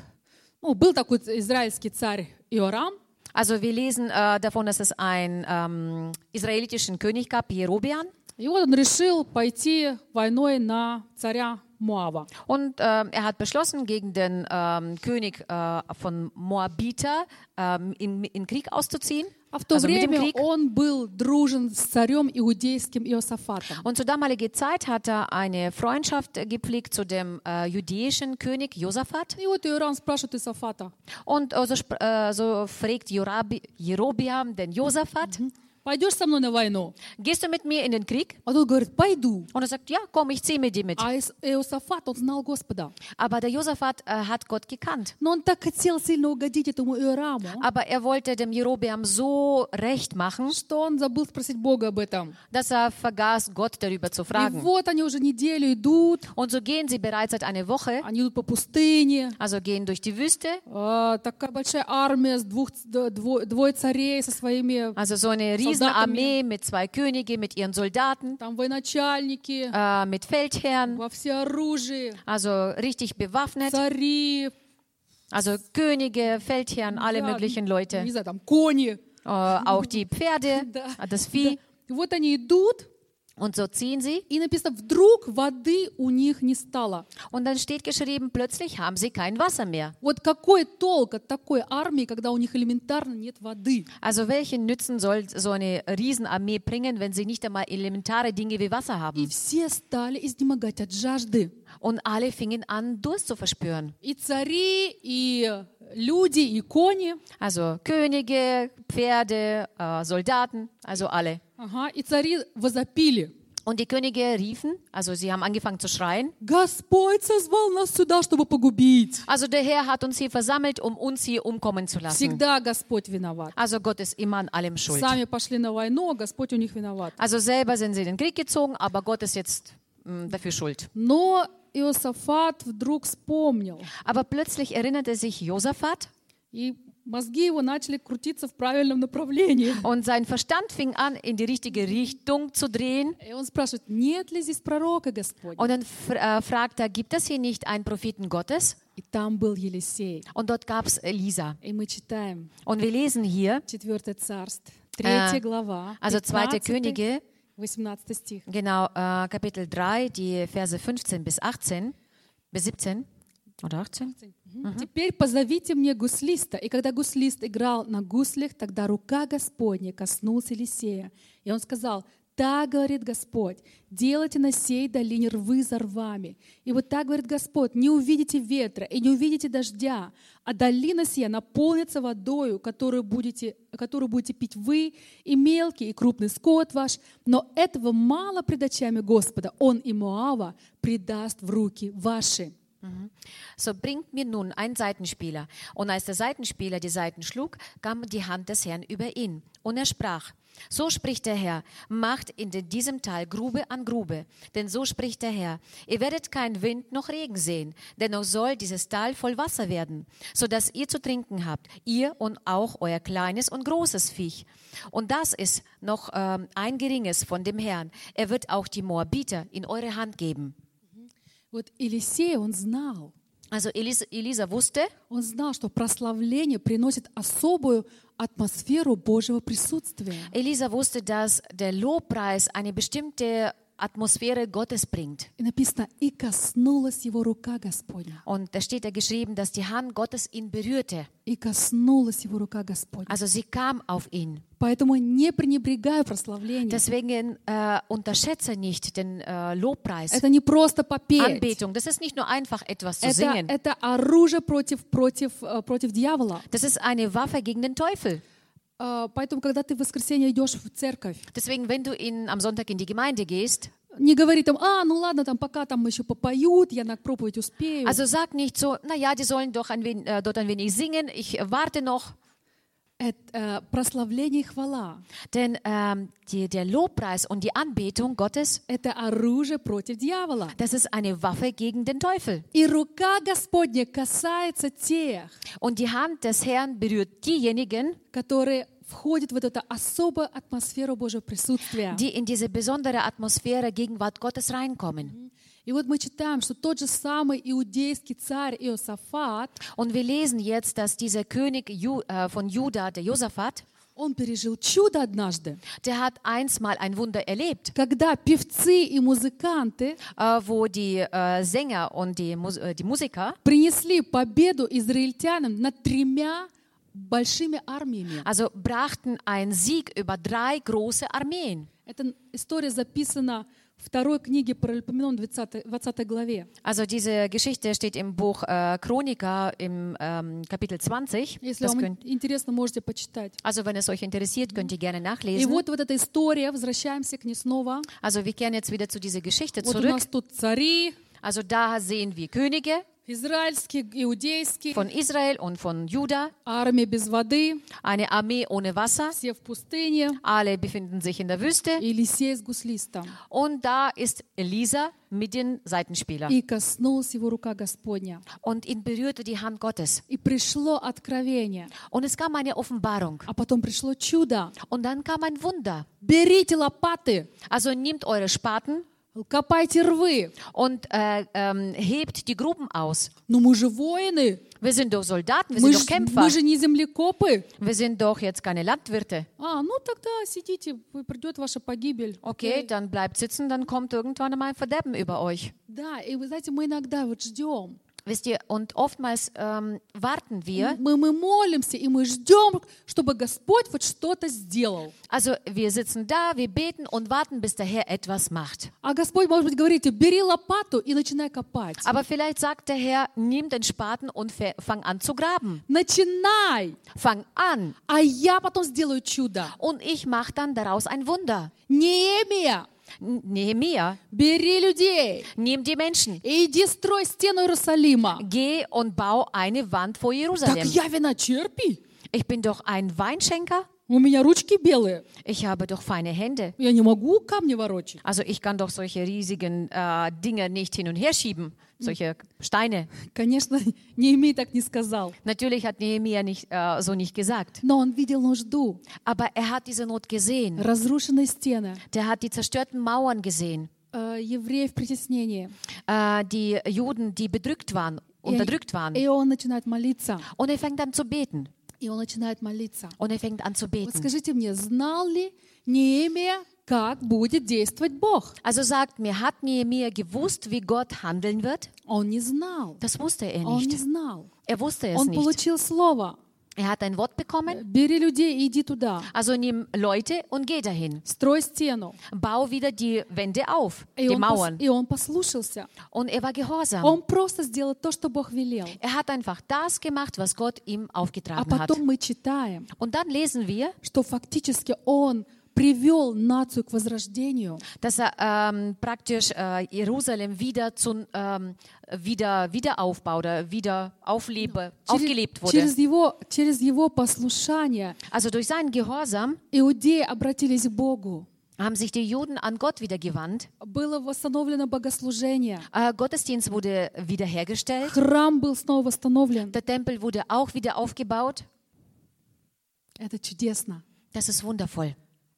S2: ну, был такой израильский царь Иорам,
S1: Also wir lesen äh, davon, dass es einen ähm, israelitischen König gab, Jerobeam.
S2: и вот он решил пойти войной на царя Муава.
S1: Und ähm, er hat beschlossen, gegen den ähm, König äh, von Moabiter ähm, in, in Krieg auszuziehen.
S2: А в то
S1: Also mit dem
S2: время
S1: Krieg.
S2: он был дружен с царем иудейским Иосафатом.
S1: Und zur damaligen Zeit hat er eine Freundschaft äh, gepflegt zu dem äh, jüdischen König Josaphat.
S2: И вот Иорам спрашивает Иосафата,
S1: Und äh, so, sp- äh, so fragt Jorabi, Jerobeam den Josaphat,
S2: пойдешь со мной на войну?
S1: gehst du mit mir in den Krieg?
S2: А тот говорит, пойду.
S1: Und er sagt, ja, komm, ich ziehe mit dir mit.
S2: А Иос- Иосафат, он знал Господа.
S1: Aber der Josaphat äh, hat Gott gekannt.
S2: Но он так хотел сильно угодить этому Иораму,
S1: Aber er wollte dem Jerobeam so recht machen,
S2: что он забыл спросить Бога об этом.
S1: dass er vergaß, Gott darüber zu
S2: И
S1: fragen.
S2: вот они уже неделю идут,
S1: Und so gehen sie bereits seit einer Woche,
S2: они идут по пустыне,
S1: also gehen durch die Wüste,
S2: А, такая большая армия с двух, ц- д- дво- двое царей со своими
S1: also so eine Riesenarmee mit zwei Königen, mit ihren Soldaten,
S2: там военачальники
S1: äh, mit Feldherren,
S2: во всеоружии,
S1: also richtig bewaffnet,
S2: цари,
S1: also Könige, Feldherren, alle
S2: да,
S1: möglichen Leute,
S2: не знаю, там кони.
S1: äh, auch die Pferde,
S2: Да.
S1: das Vieh.
S2: И вот они идут,
S1: Und so ziehen sie.
S2: и написано, вдруг воды у них не стало.
S1: Und dann steht geschrieben, plötzlich haben sie kein Wasser mehr.
S2: Вот какой толк от такой армии, когда у них элементарно нет воды?
S1: Also welchen Nutzen soll so eine Riesenarmee bringen, wenn sie nicht einmal elementare Dinge wie Wasser
S2: И
S1: haben?
S2: все стали изнемогать от жажды.
S1: Und alle fingen an, Durst zu verspüren.
S2: И цари, и люди, и кони.
S1: Also Könige, Pferde, äh, Soldaten, also alle.
S2: Ага, и цари возопили.
S1: Und die Könige riefen, also sie haben angefangen zu schreien.
S2: Господь созвал нас сюда, чтобы погубить.
S1: Also der Herr hat uns hier versammelt, um uns hier umkommen zu lassen.
S2: Всегда Господь виноват.
S1: Also Gott ist immer an allem schuld.
S2: Сами пошли на войну, а Господь у них виноват.
S1: Also selber sind sie in den Krieg gezogen, aber Gott ist jetzt mh, dafür schuld.
S2: Но Иосафат вдруг вспомнил.
S1: Aber plötzlich erinnerte sich Josaphat
S2: И Мозги его начали крутиться в правильном направлении.
S1: Und sein Verstand fing an, in die richtige Richtung zu drehen.
S2: И он спрашивает, нет ли здесь пророка Господня?
S1: Und dann fr äh, fragt er, gibt es hier nicht einen Propheten Gottes?
S2: И там был Елисей.
S1: Und dort gab es Elisa.
S2: И мы читаем
S1: Und wir lesen hier,
S2: 4 царство, 3
S1: Äh,
S2: глава,
S1: also 2.
S2: 15,
S1: Könige,
S2: 18 стих.
S1: genau, äh, Kapitel 3, die Verse 15 bis 18, bis 17 oder 18.
S2: Теперь позовите мне гуслиста. И когда гуслист играл на гуслях, тогда рука Господня коснулась Елисея. И он сказал, так говорит Господь, делайте на сей долине рвы за рвами. И вот так говорит Господь, не увидите ветра и не увидите дождя, а долина сия наполнится водою, которую будете, которую будете пить вы, и мелкий, и крупный скот ваш. Но этого мало пред очами Господа. Он и Моава предаст в руки ваши.
S1: So bringt mir nun einen Seitenspieler. Und als der Seitenspieler die Seiten schlug, kam die Hand des Herrn über ihn. Und er sprach, so spricht der Herr, macht in de- diesem Tal Grube an Grube. Denn so spricht der Herr, ihr werdet keinen Wind noch Regen sehen. Dennoch soll dieses Tal voll Wasser werden, so dass ihr zu trinken habt, ihr und auch euer kleines und großes Viech. Und das ist noch ähm, ein geringes von dem Herrn. Er wird auch die Moabiter in eure Hand geben.
S2: Вот Елисей, он знал,
S1: Also Elisa, Elisa wusste,
S2: он знал, что прославление приносит особую атмосферу Божьего присутствия.
S1: Elisa wusste, dass der Lobpreis eine bestimmte Atmosphäre Gottes bringt.
S2: И написано, и коснулась его рука Господня.
S1: Und da steht ja geschrieben, dass die Hand Gottes ihn berührte.
S2: И коснулась его рука Господня.
S1: Also sie kam auf ihn.
S2: Поэтому не пренебрегай прославлением.
S1: Deswegen äh, unterschätze nicht den äh, Lobpreis.
S2: Это не просто попеть.
S1: Anbetung, das ist nicht nur einfach etwas zu
S2: Это,
S1: singen.
S2: это оружие против, против, э, против дьявола.
S1: Das ist eine Waffe gegen den Teufel.
S2: Э, Поэтому, когда ты в воскресенье идешь в церковь,
S1: Deswegen, wenn du in, am Sonntag in die Gemeinde gehst,
S2: не говори там, а, ну ладно, там пока там еще попоют, я на проповедь успею.
S1: also sag nicht so, naja, die sollen doch ein wenig, äh, dort ein wenig singen, ich warte noch.
S2: Это, э, прославление и хвала.
S1: Denn ähm, die, der Lobpreis und die Anbetung Gottes,
S2: Это оружие против дьявола.
S1: Das ist eine Waffe gegen den Teufel.
S2: И рука Господня касается тех,
S1: Und die Hand des Herrn berührt diejenigen,
S2: которые входят в вот эту особую атмосферу Божьего присутствия.
S1: die in diese besondere Atmosphäre Gegenwart Gottes reinkommen.
S2: И вот мы читаем, что тот же самый иудейский царь Иосафат,
S1: Und wir lesen jetzt, dass dieser König Ju, äh, von Juda, der Josaphat,
S2: он пережил чудо однажды,
S1: der hat einmal ein Wunder erlebt,
S2: когда певцы и музыканты
S1: äh, wo die äh, Sänger und die, Mus äh, die Musiker,
S2: принесли победу израильтянам над тремя большими армиями.
S1: also brachten einen Sieg über drei große Armeen.
S2: Эта история записана в второй книге Паралипоменон, 20, 20 главе.
S1: Also diese Geschichte steht im Buch äh, Chroniker im ähm, Kapitel 20.
S2: Если
S1: Das
S2: вам
S1: könnt,
S2: интересно, можете почитать.
S1: also wenn es euch interessiert, könnt ihr gerne
S2: И
S1: nachlesen.
S2: вот вот эта история, возвращаемся к ней снова.
S1: Also wir kehren jetzt wieder zu dieser Geschichte
S2: Вот у
S1: zurück.
S2: нас тут цари,
S1: Also da sehen wir Könige
S2: израильские, иудейские,
S1: von Israel und von Juda,
S2: армия без воды,
S1: eine Armee ohne Wasser,
S2: все в пустыне,
S1: alle befinden sich in der Wüste
S2: и Елисей с гуслистом.
S1: und da ist Elisa mit den Seitenspielern
S2: И коснулась его рука Господня.
S1: und ihn berührte die Hand Gottes
S2: И пришло откровение,
S1: und es kam eine Offenbarung
S2: а потом пришло чудо.
S1: und dann kam ein Wunder.
S2: Берите лопаты,
S1: Also nehmt eure Spaten
S2: копайте рвы.
S1: und э, ähm, hebt die Gruben aus.
S2: Но мы же воины,
S1: Wir sind doch Soldaten, wir
S2: мы
S1: sind
S2: ж-
S1: doch Kämpfer,
S2: мы же не землекопы.
S1: wir sind doch jetzt keine Landwirte.
S2: А, ну тогда сидите, вы- придет ваша погибель.
S1: Okay, dann bleibt sitzen, dann kommt irgendwann einmal ein Verderben über euch.
S2: Да, и вы знаете, мы иногда вот ждем.
S1: Wisst ihr, und oftmals ähm, warten wir,
S2: Мы, мы молимся, и мы ждем, чтобы Господь вот что-то сделал.
S1: also wir sitzen da, wir beten und warten, bis der Herr etwas macht.
S2: А Господь, может быть, говорит, тебе, бери лопату и начинай копать.
S1: Aber vielleicht sagt der Herr, nimm den Spaten und fe- fang an zu graben.
S2: Начинай,
S1: Fang an
S2: а я потом сделаю чудо.
S1: und ich mache dann daraus ein Wunder.
S2: Неемия,
S1: N- Nehemia,
S2: бери людей
S1: nimm die Menschen,
S2: и иди строй стену Иерусалима.
S1: geh und bau eine Wand vor
S2: Так
S1: Jerusalem.
S2: я вина черпи,
S1: Ich bin doch ein Weinschenker,
S2: у меня ручки белые,
S1: ich habe doch feine Hände.
S2: я не могу камни ворочать.
S1: Also ich kann doch solche riesigen äh, Dinge nicht hin und her schieben. solche Steine.
S2: Конечно, Неемия так не сказал,
S1: Natürlich hat Nehemia nicht, äh, so nicht gesagt,
S2: но он видел нужду,
S1: aber er hat diese Not gesehen.
S2: разрушенные стены,
S1: Der hat die zerstörten Mauern gesehen,
S2: э, евреев в притеснении.
S1: äh, die Juden, die bedrückt waren, unterdrückt waren.
S2: И он начинает молиться.
S1: Und er fängt an zu beten.
S2: И он начинает молиться.
S1: Und er fängt an zu
S2: Вот
S1: beten.
S2: скажите мне, знал ли Неемия, как будет действовать Бог?
S1: Also sagt mir, hat Nehemia gewusst, wie Gott handeln wird?
S2: Он не знал.
S1: Das wusste er
S2: Он не
S1: nicht.
S2: знал.
S1: Er wusste es
S2: Он
S1: nicht.
S2: получил слово.
S1: Er hat ein Wort bekommen,
S2: Бери людей и иди туда.
S1: also nimm Leute und geh dahin.
S2: Строй стену.
S1: Bau wieder die Wände auf,
S2: И он,
S1: die
S2: пос-
S1: Mauern.
S2: и он послушался.
S1: Und er war gehorsam.
S2: Он просто сделал то, что Бог велел.
S1: Er hat einfach das gemacht, was Gott ihm
S2: А
S1: aufgetragen hat.
S2: потом мы читаем,
S1: Und dann lesen wir,
S2: что фактически он привел нацию к возрождению.
S1: dass er ähm, praktisch äh, Jerusalem wieder zum ähm, wieder Wiederaufbau oder wieder auflebe, aufgelebt wurde.
S2: через его, через его послушание
S1: also durch seinen Gehorsam
S2: иудеи обратились к Богу.
S1: haben sich die Juden an Gott wieder gewandt.
S2: Было восстановлено богослужение.
S1: Äh, Gottesdienst wurde wiederhergestellt.
S2: Храм был снова восстановлен.
S1: Der Tempel wurde auch wieder aufgebaut.
S2: Это чудесно.
S1: Das ist wundervoll.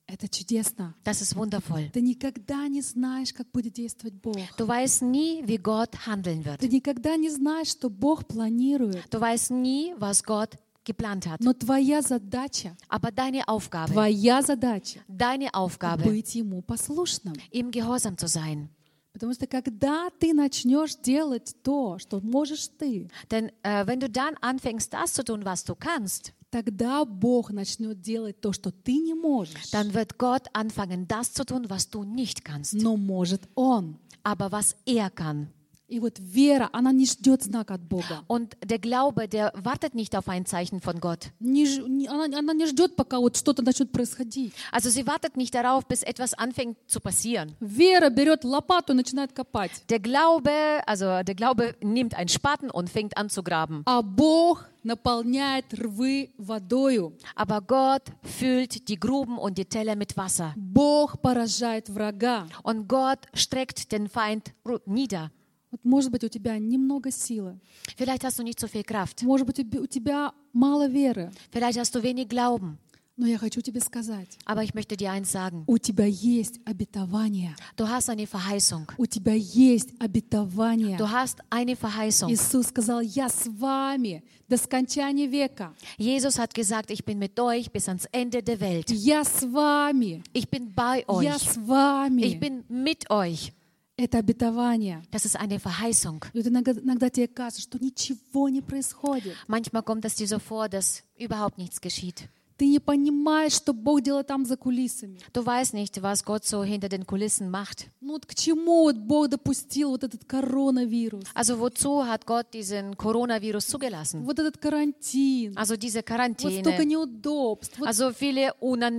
S2: Это чудесно.
S1: Das ist wundervoll.
S2: Ты никогда не знаешь, как будет действовать Бог.
S1: Du weißt nie, wie Gott handeln
S2: Ты
S1: wird.
S2: никогда не знаешь, что Бог планирует.
S1: Du weißt nie, was Gott geplant hat.
S2: Но твоя задача,
S1: Aber deine Aufgabe,
S2: твоя задача
S1: deine Aufgabe,
S2: быть Ему послушным.
S1: ihm gehorsam zu sein.
S2: Потому что когда ты начнешь делать то, что можешь ты,
S1: Denn äh, wenn du dann anfängst, das zu tun, was du kannst,
S2: тогда Бог начнет делать то, что ты не можешь.
S1: dann wird Gott anfangen, das zu tun, was du nicht kannst,
S2: Но может Он.
S1: aber was er kann.
S2: И вот вера, она не ждет знак от Бога.
S1: Und der Glaube, der wartet nicht auf ein Zeichen von Gott.
S2: Не ж- не- она, она не ждет, пока вот что-то начнет происходить.
S1: Also sie wartet nicht darauf, bis etwas anfängt zu passieren.
S2: Вера берет лопату и начинает копать.
S1: Der Glaube, also der Glaube nimmt einen Spaten und fängt an zu graben.
S2: А Бог наполняет рвы водою.
S1: Aber Gott füllt die Gruben und die Teller mit Wasser.
S2: Бог поражает врага.
S1: Und Gott streckt den Feind ru- nieder.
S2: Вот может быть у тебя немного силы,
S1: Vielleicht hast du nicht so viel Kraft.
S2: может быть у тебя- у тебя мало веры,
S1: Vielleicht hast du wenig Glauben.
S2: но я хочу тебе сказать,
S1: Aber ich möchte dir eins sagen.
S2: у тебя есть обетование,
S1: Du hast eine Verheißung.
S2: у тебя есть обетование.
S1: Du hast eine Verheißung.
S2: Иисус сказал, я с вами до скончания века,
S1: Jesus hat gesagt, ich bin mit euch bis ans Ende der Welt.
S2: я с вами,
S1: Ich bin bei
S2: я
S1: euch.
S2: с
S1: Ich
S2: вами.
S1: bin mit euch.
S2: Это обетование.
S1: Das ist eine Verheißung.
S2: И вот иногда, иногда тебе кажется, что ничего не происходит.
S1: Manchmal kommt es dir so vor, dass überhaupt nichts geschieht.
S2: Ты не понимаешь, что Бог делает там за кулисами.
S1: Du weißt nicht, was Gott so hinter den Kulissen macht.
S2: Ну вот к чему вот Бог допустил вот этот коронавирус,
S1: Also wozu hat Gott diesen Coronavirus zugelassen?
S2: вот этот карантин,
S1: Also
S2: вот
S1: diese
S2: столько
S1: Quarantäne,
S2: неудобств. Вот,
S1: also viele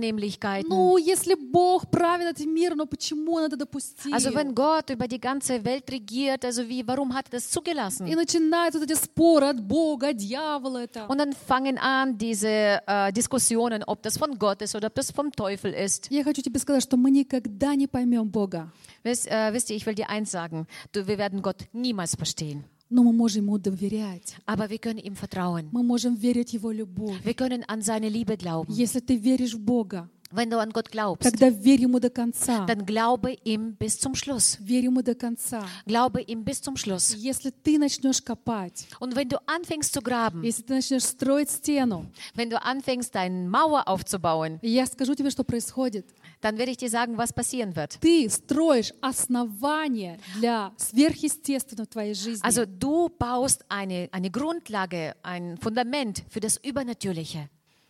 S1: Unannehmlichkeiten.
S2: ну, если Бог правит этим миром, но почему Он это допустил?
S1: Also wenn Gott über die ganze Welt regiert, also wie, warum hat er das zugelassen?
S2: И начинаются вот эти споры от Бога, от дьявола это.
S1: Und dann fangen an diese äh, Diskussionen, ob das von Gott ist oder ob das vom Teufel ist.
S2: Я хочу тебе сказать, что мы никогда не поймем Бога,
S1: Wisst, äh, wisst ihr, ich will dir eins sagen. Du, wir werden Gott niemals verstehen.
S2: но мы можем Ему доверять.
S1: Aber wir können ihm vertrauen.
S2: Мы можем верить в Его любовь.
S1: Wir können an seine Liebe glauben.
S2: Если ты веришь в Бога,
S1: Wenn du an Gott glaubst,
S2: тогда верь Ему до конца.
S1: dann glaube ihm bis zum Schluss.
S2: Верь Ему до конца.
S1: Glaube ihm bis zum Schluss.
S2: Если ты начнешь копать,
S1: Und wenn du anfängst zu graben,
S2: если ты начнешь строить стену,
S1: wenn du anfängst, deine Mauer aufzubauen,
S2: я скажу тебе, что происходит.
S1: dann werde ich dir sagen, was passieren wird.
S2: Ты строишь основание для сверхъестественного в твоей жизни.
S1: Also du baust eine, eine Grundlage, ein Fundament für das Übernatürliche.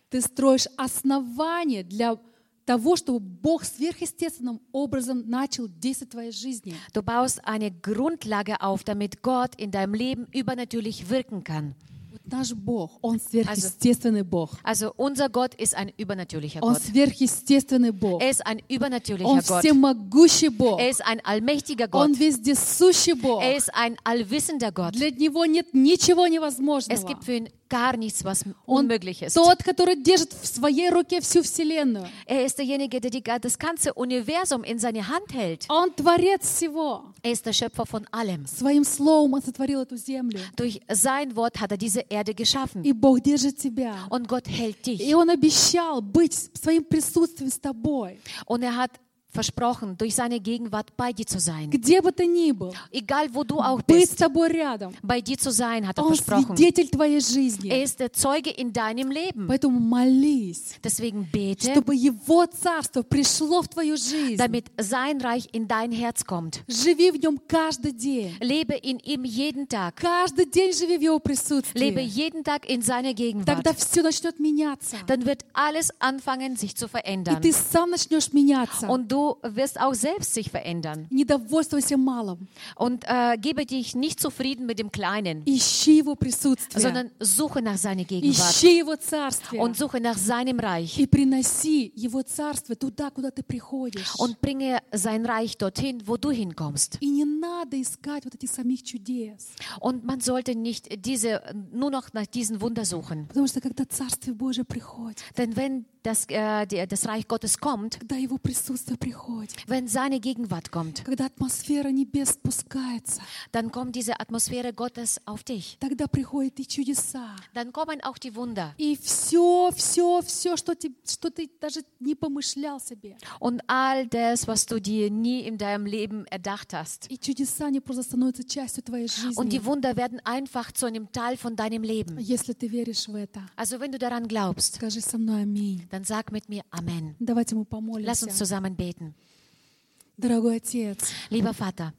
S2: Ты строишь основание для того, чтобы Бог сверхъестественным образом начал действовать в твоей жизни.
S1: Du baust eine Grundlage auf, damit Gott in deinem Leben übernatürlich wirken kann.
S2: Вот наш Бог, Он сверхъестественный Бог.
S1: Also unser Gott ist ein übernatürlicher
S2: Он
S1: Gott.
S2: сверхъестественный Бог.
S1: Er ist ein
S2: Он
S1: übernatürlicher Gott.
S2: всемогущий Бог.
S1: Er ist ein allmächtiger Gott.
S2: Он вездесущий Бог.
S1: Э, Er ist ein allwissender Gott.
S2: Для Него нет ничего
S1: Es
S2: невозможного.
S1: gibt für ihn gar nichts, was
S2: Он
S1: unmöglich ist.
S2: тот, который держит в своей руке всю вселенную.
S1: Er ist derjenige, der die, das ganze Universum in seine Hand hält.
S2: Он творец всего.
S1: Er ist der Schöpfer von allem.
S2: Своим словом он сотворил эту землю.
S1: Durch sein Wort hat er diese Erde geschaffen.
S2: И Бог держит тебя.
S1: Und Gott hält
S2: И
S1: dich.
S2: Он обещал быть своим присутствием с тобой,
S1: Und er hat versprochen, durch seine Gegenwart bei dir zu sein.
S2: где бы ты ни был,
S1: Egal wo du auch
S2: быть
S1: bist,
S2: с тобой рядом.
S1: bei dir zu sein, hat er
S2: Он
S1: versprochen.
S2: свидетель твоей
S1: Er
S2: жизни.
S1: ist der Zeuge in deinem Leben.
S2: Поэтому молись,
S1: Deswegen bete,
S2: чтобы Его Царство пришло в твою жизнь.
S1: damit sein Reich in dein Herz kommt.
S2: Живи в Нем каждый день.
S1: Lebe in ihm jeden Tag.
S2: Каждый день живи в Его
S1: Lebe
S2: присутствии.
S1: jeden Tag in seiner
S2: Тогда
S1: Gegenwart.
S2: все начнет меняться.
S1: Dann wird alles anfangen, sich zu
S2: И
S1: verändern.
S2: ты сам начнешь меняться.
S1: Und du wirst auch selbst sich verändern.
S2: Не довольствуйся малым.
S1: Und äh, gebe dich nicht zufrieden mit dem Kleinen,
S2: Ищи Его присутствие.
S1: sondern suche nach seiner Gegenwart
S2: Ищи Его Царствие.
S1: und suche nach seinem Reich
S2: И приноси Его Царство туда, куда ты приходишь.
S1: und bringe sein Reich dorthin, wo du hinkommst.
S2: И не надо искать вот этих самих чудес.
S1: Und man sollte nicht diese, nur noch nach diesen Wunder suchen.
S2: Потому что когда Царствие Божие приходит,
S1: Denn wenn das, äh, der, das Reich Gottes kommt,
S2: когда Его присутствие приходит,
S1: wenn seine Gegenwart kommt,
S2: когда атмосфера небес спускается,
S1: dann kommt diese Atmosphäre Gottes auf dich.
S2: тогда приходят и чудеса.
S1: Dann kommen auch die Wunder
S2: И все, все, все, что ты, что ты даже не помышлял себе.
S1: und all das, was du dir nie in deinem Leben erdacht hast.
S2: И чудеса не просто становятся частью твоей
S1: Und die
S2: жизни,
S1: Wunder werden einfach zu einem Teil von deinem Leben.
S2: если ты веришь в это.
S1: Also wenn du daran glaubst,
S2: Скажи со мной аминь.
S1: dann sag mit mir Amen.
S2: Давайте мы
S1: Lass uns
S2: помолимся.
S1: zusammen beten.
S2: Дорогой Отец,
S1: Lieber Vater,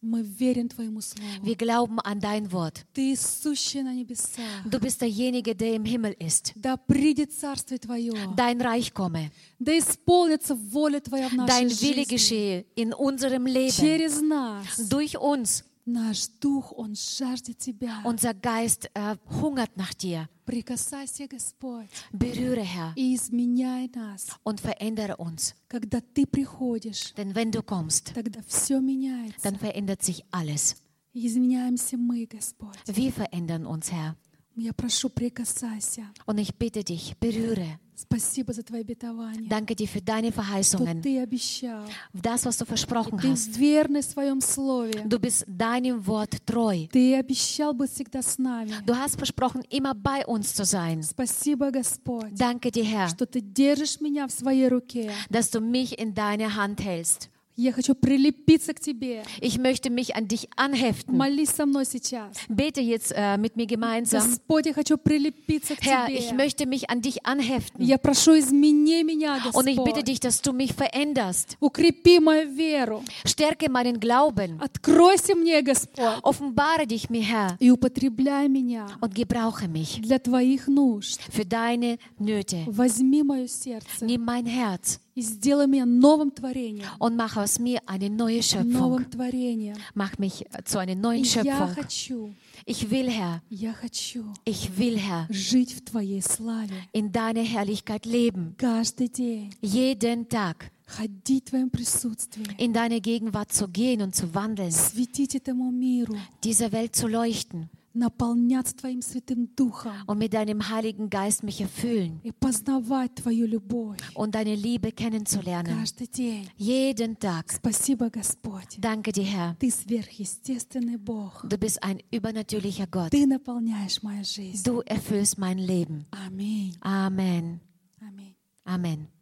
S2: мы верим Твоему Слову.
S1: wir glauben an dein Wort.
S2: Ты сущий на небесах.
S1: Du bist derjenige, der im Himmel ist.
S2: Да придет Царствие Твое,
S1: Dein Reich komme,
S2: да исполнится воля Твоя в нашей
S1: dein Wille
S2: жизни.
S1: geschehe in unserem Leben,
S2: Через нас
S1: durch uns.
S2: наш дух, он жаждет Тебя.
S1: Unser Geist äh, hungert nach dir.
S2: Прикасайся, Господь,
S1: Berühre, Herr,
S2: и изменяй нас.
S1: und verändere uns.
S2: Когда Ты приходишь,
S1: Denn wenn du kommst,
S2: тогда все меняется.
S1: dann verändert sich alles.
S2: И изменяемся мы, Господь.
S1: Wir verändern uns, Herr.
S2: Я прошу, прикасайся.
S1: Und ich bitte dich, berühre.
S2: Спасибо за Твое обетование,
S1: Danke dir für deine
S2: что
S1: Verheißungen,
S2: Ты обещал.
S1: das, was du versprochen
S2: Ты
S1: hast.
S2: верный в Своем Слове.
S1: Du bist deinem Wort treu.
S2: Ты обещал быть всегда с нами.
S1: Du hast versprochen, immer bei uns zu sein.
S2: Спасибо, Господь.
S1: Danke dir, Herr,
S2: что ты держишь меня в своей руке.
S1: dass du mich in deine Hand hältst.
S2: Я хочу прилепиться к тебе.
S1: Ich möchte mich an dich anheften.
S2: Молись со мной сейчас.
S1: Bete jetzt äh, mit mir gemeinsam.
S2: Господь, я хочу прилепиться к
S1: Herr, ich
S2: тебе.
S1: möchte mich an dich anheften.
S2: Я прошу, измени меня,
S1: Und ich bitte
S2: Господь.
S1: dich, dass du mich veränderst.
S2: Укрепи мою веру.
S1: Stärke meinen Glauben.
S2: Откройся мне, Господь,
S1: Offenbare dich mir, Herr,
S2: и употребляй меня
S1: und gebrauche mich
S2: для твоих нужд.
S1: für deine Nöte.
S2: Возьми мое сердце
S1: Nimm mein Herz
S2: и сделай меня новым творением.
S1: und mach aus mir eine neue
S2: Новым
S1: Schöpfung.
S2: творением.
S1: Mach mich äh, zu einer
S2: И
S1: neuen
S2: я
S1: Schöpfung.
S2: хочу,
S1: Ich will, Herr,
S2: я хочу
S1: ich will, Herr,
S2: жить в твоей славе
S1: in deiner Herrlichkeit leben.
S2: каждый день.
S1: Jeden Tag
S2: ходить в Твоем присутствии,
S1: in deine Gegenwart zu gehen und zu wandeln,
S2: светить этому миру,
S1: dieser Welt zu leuchten
S2: наполняться Твоим Святым Духом
S1: und mit deinem Heiligen Geist mich erfüllen
S2: и познавать Твою любовь
S1: und deine Liebe kennenzulernen.
S2: каждый день.
S1: Jeden Tag.
S2: Спасибо, Господь.
S1: Danke dir, Herr.
S2: Ты сверхъестественный Бог.
S1: Du bist ein übernatürlicher Gott.
S2: Ты наполняешь мою жизнь.
S1: Du erfüllst mein Leben.
S2: Аминь.
S1: Amen.
S2: Аминь.
S1: Amen.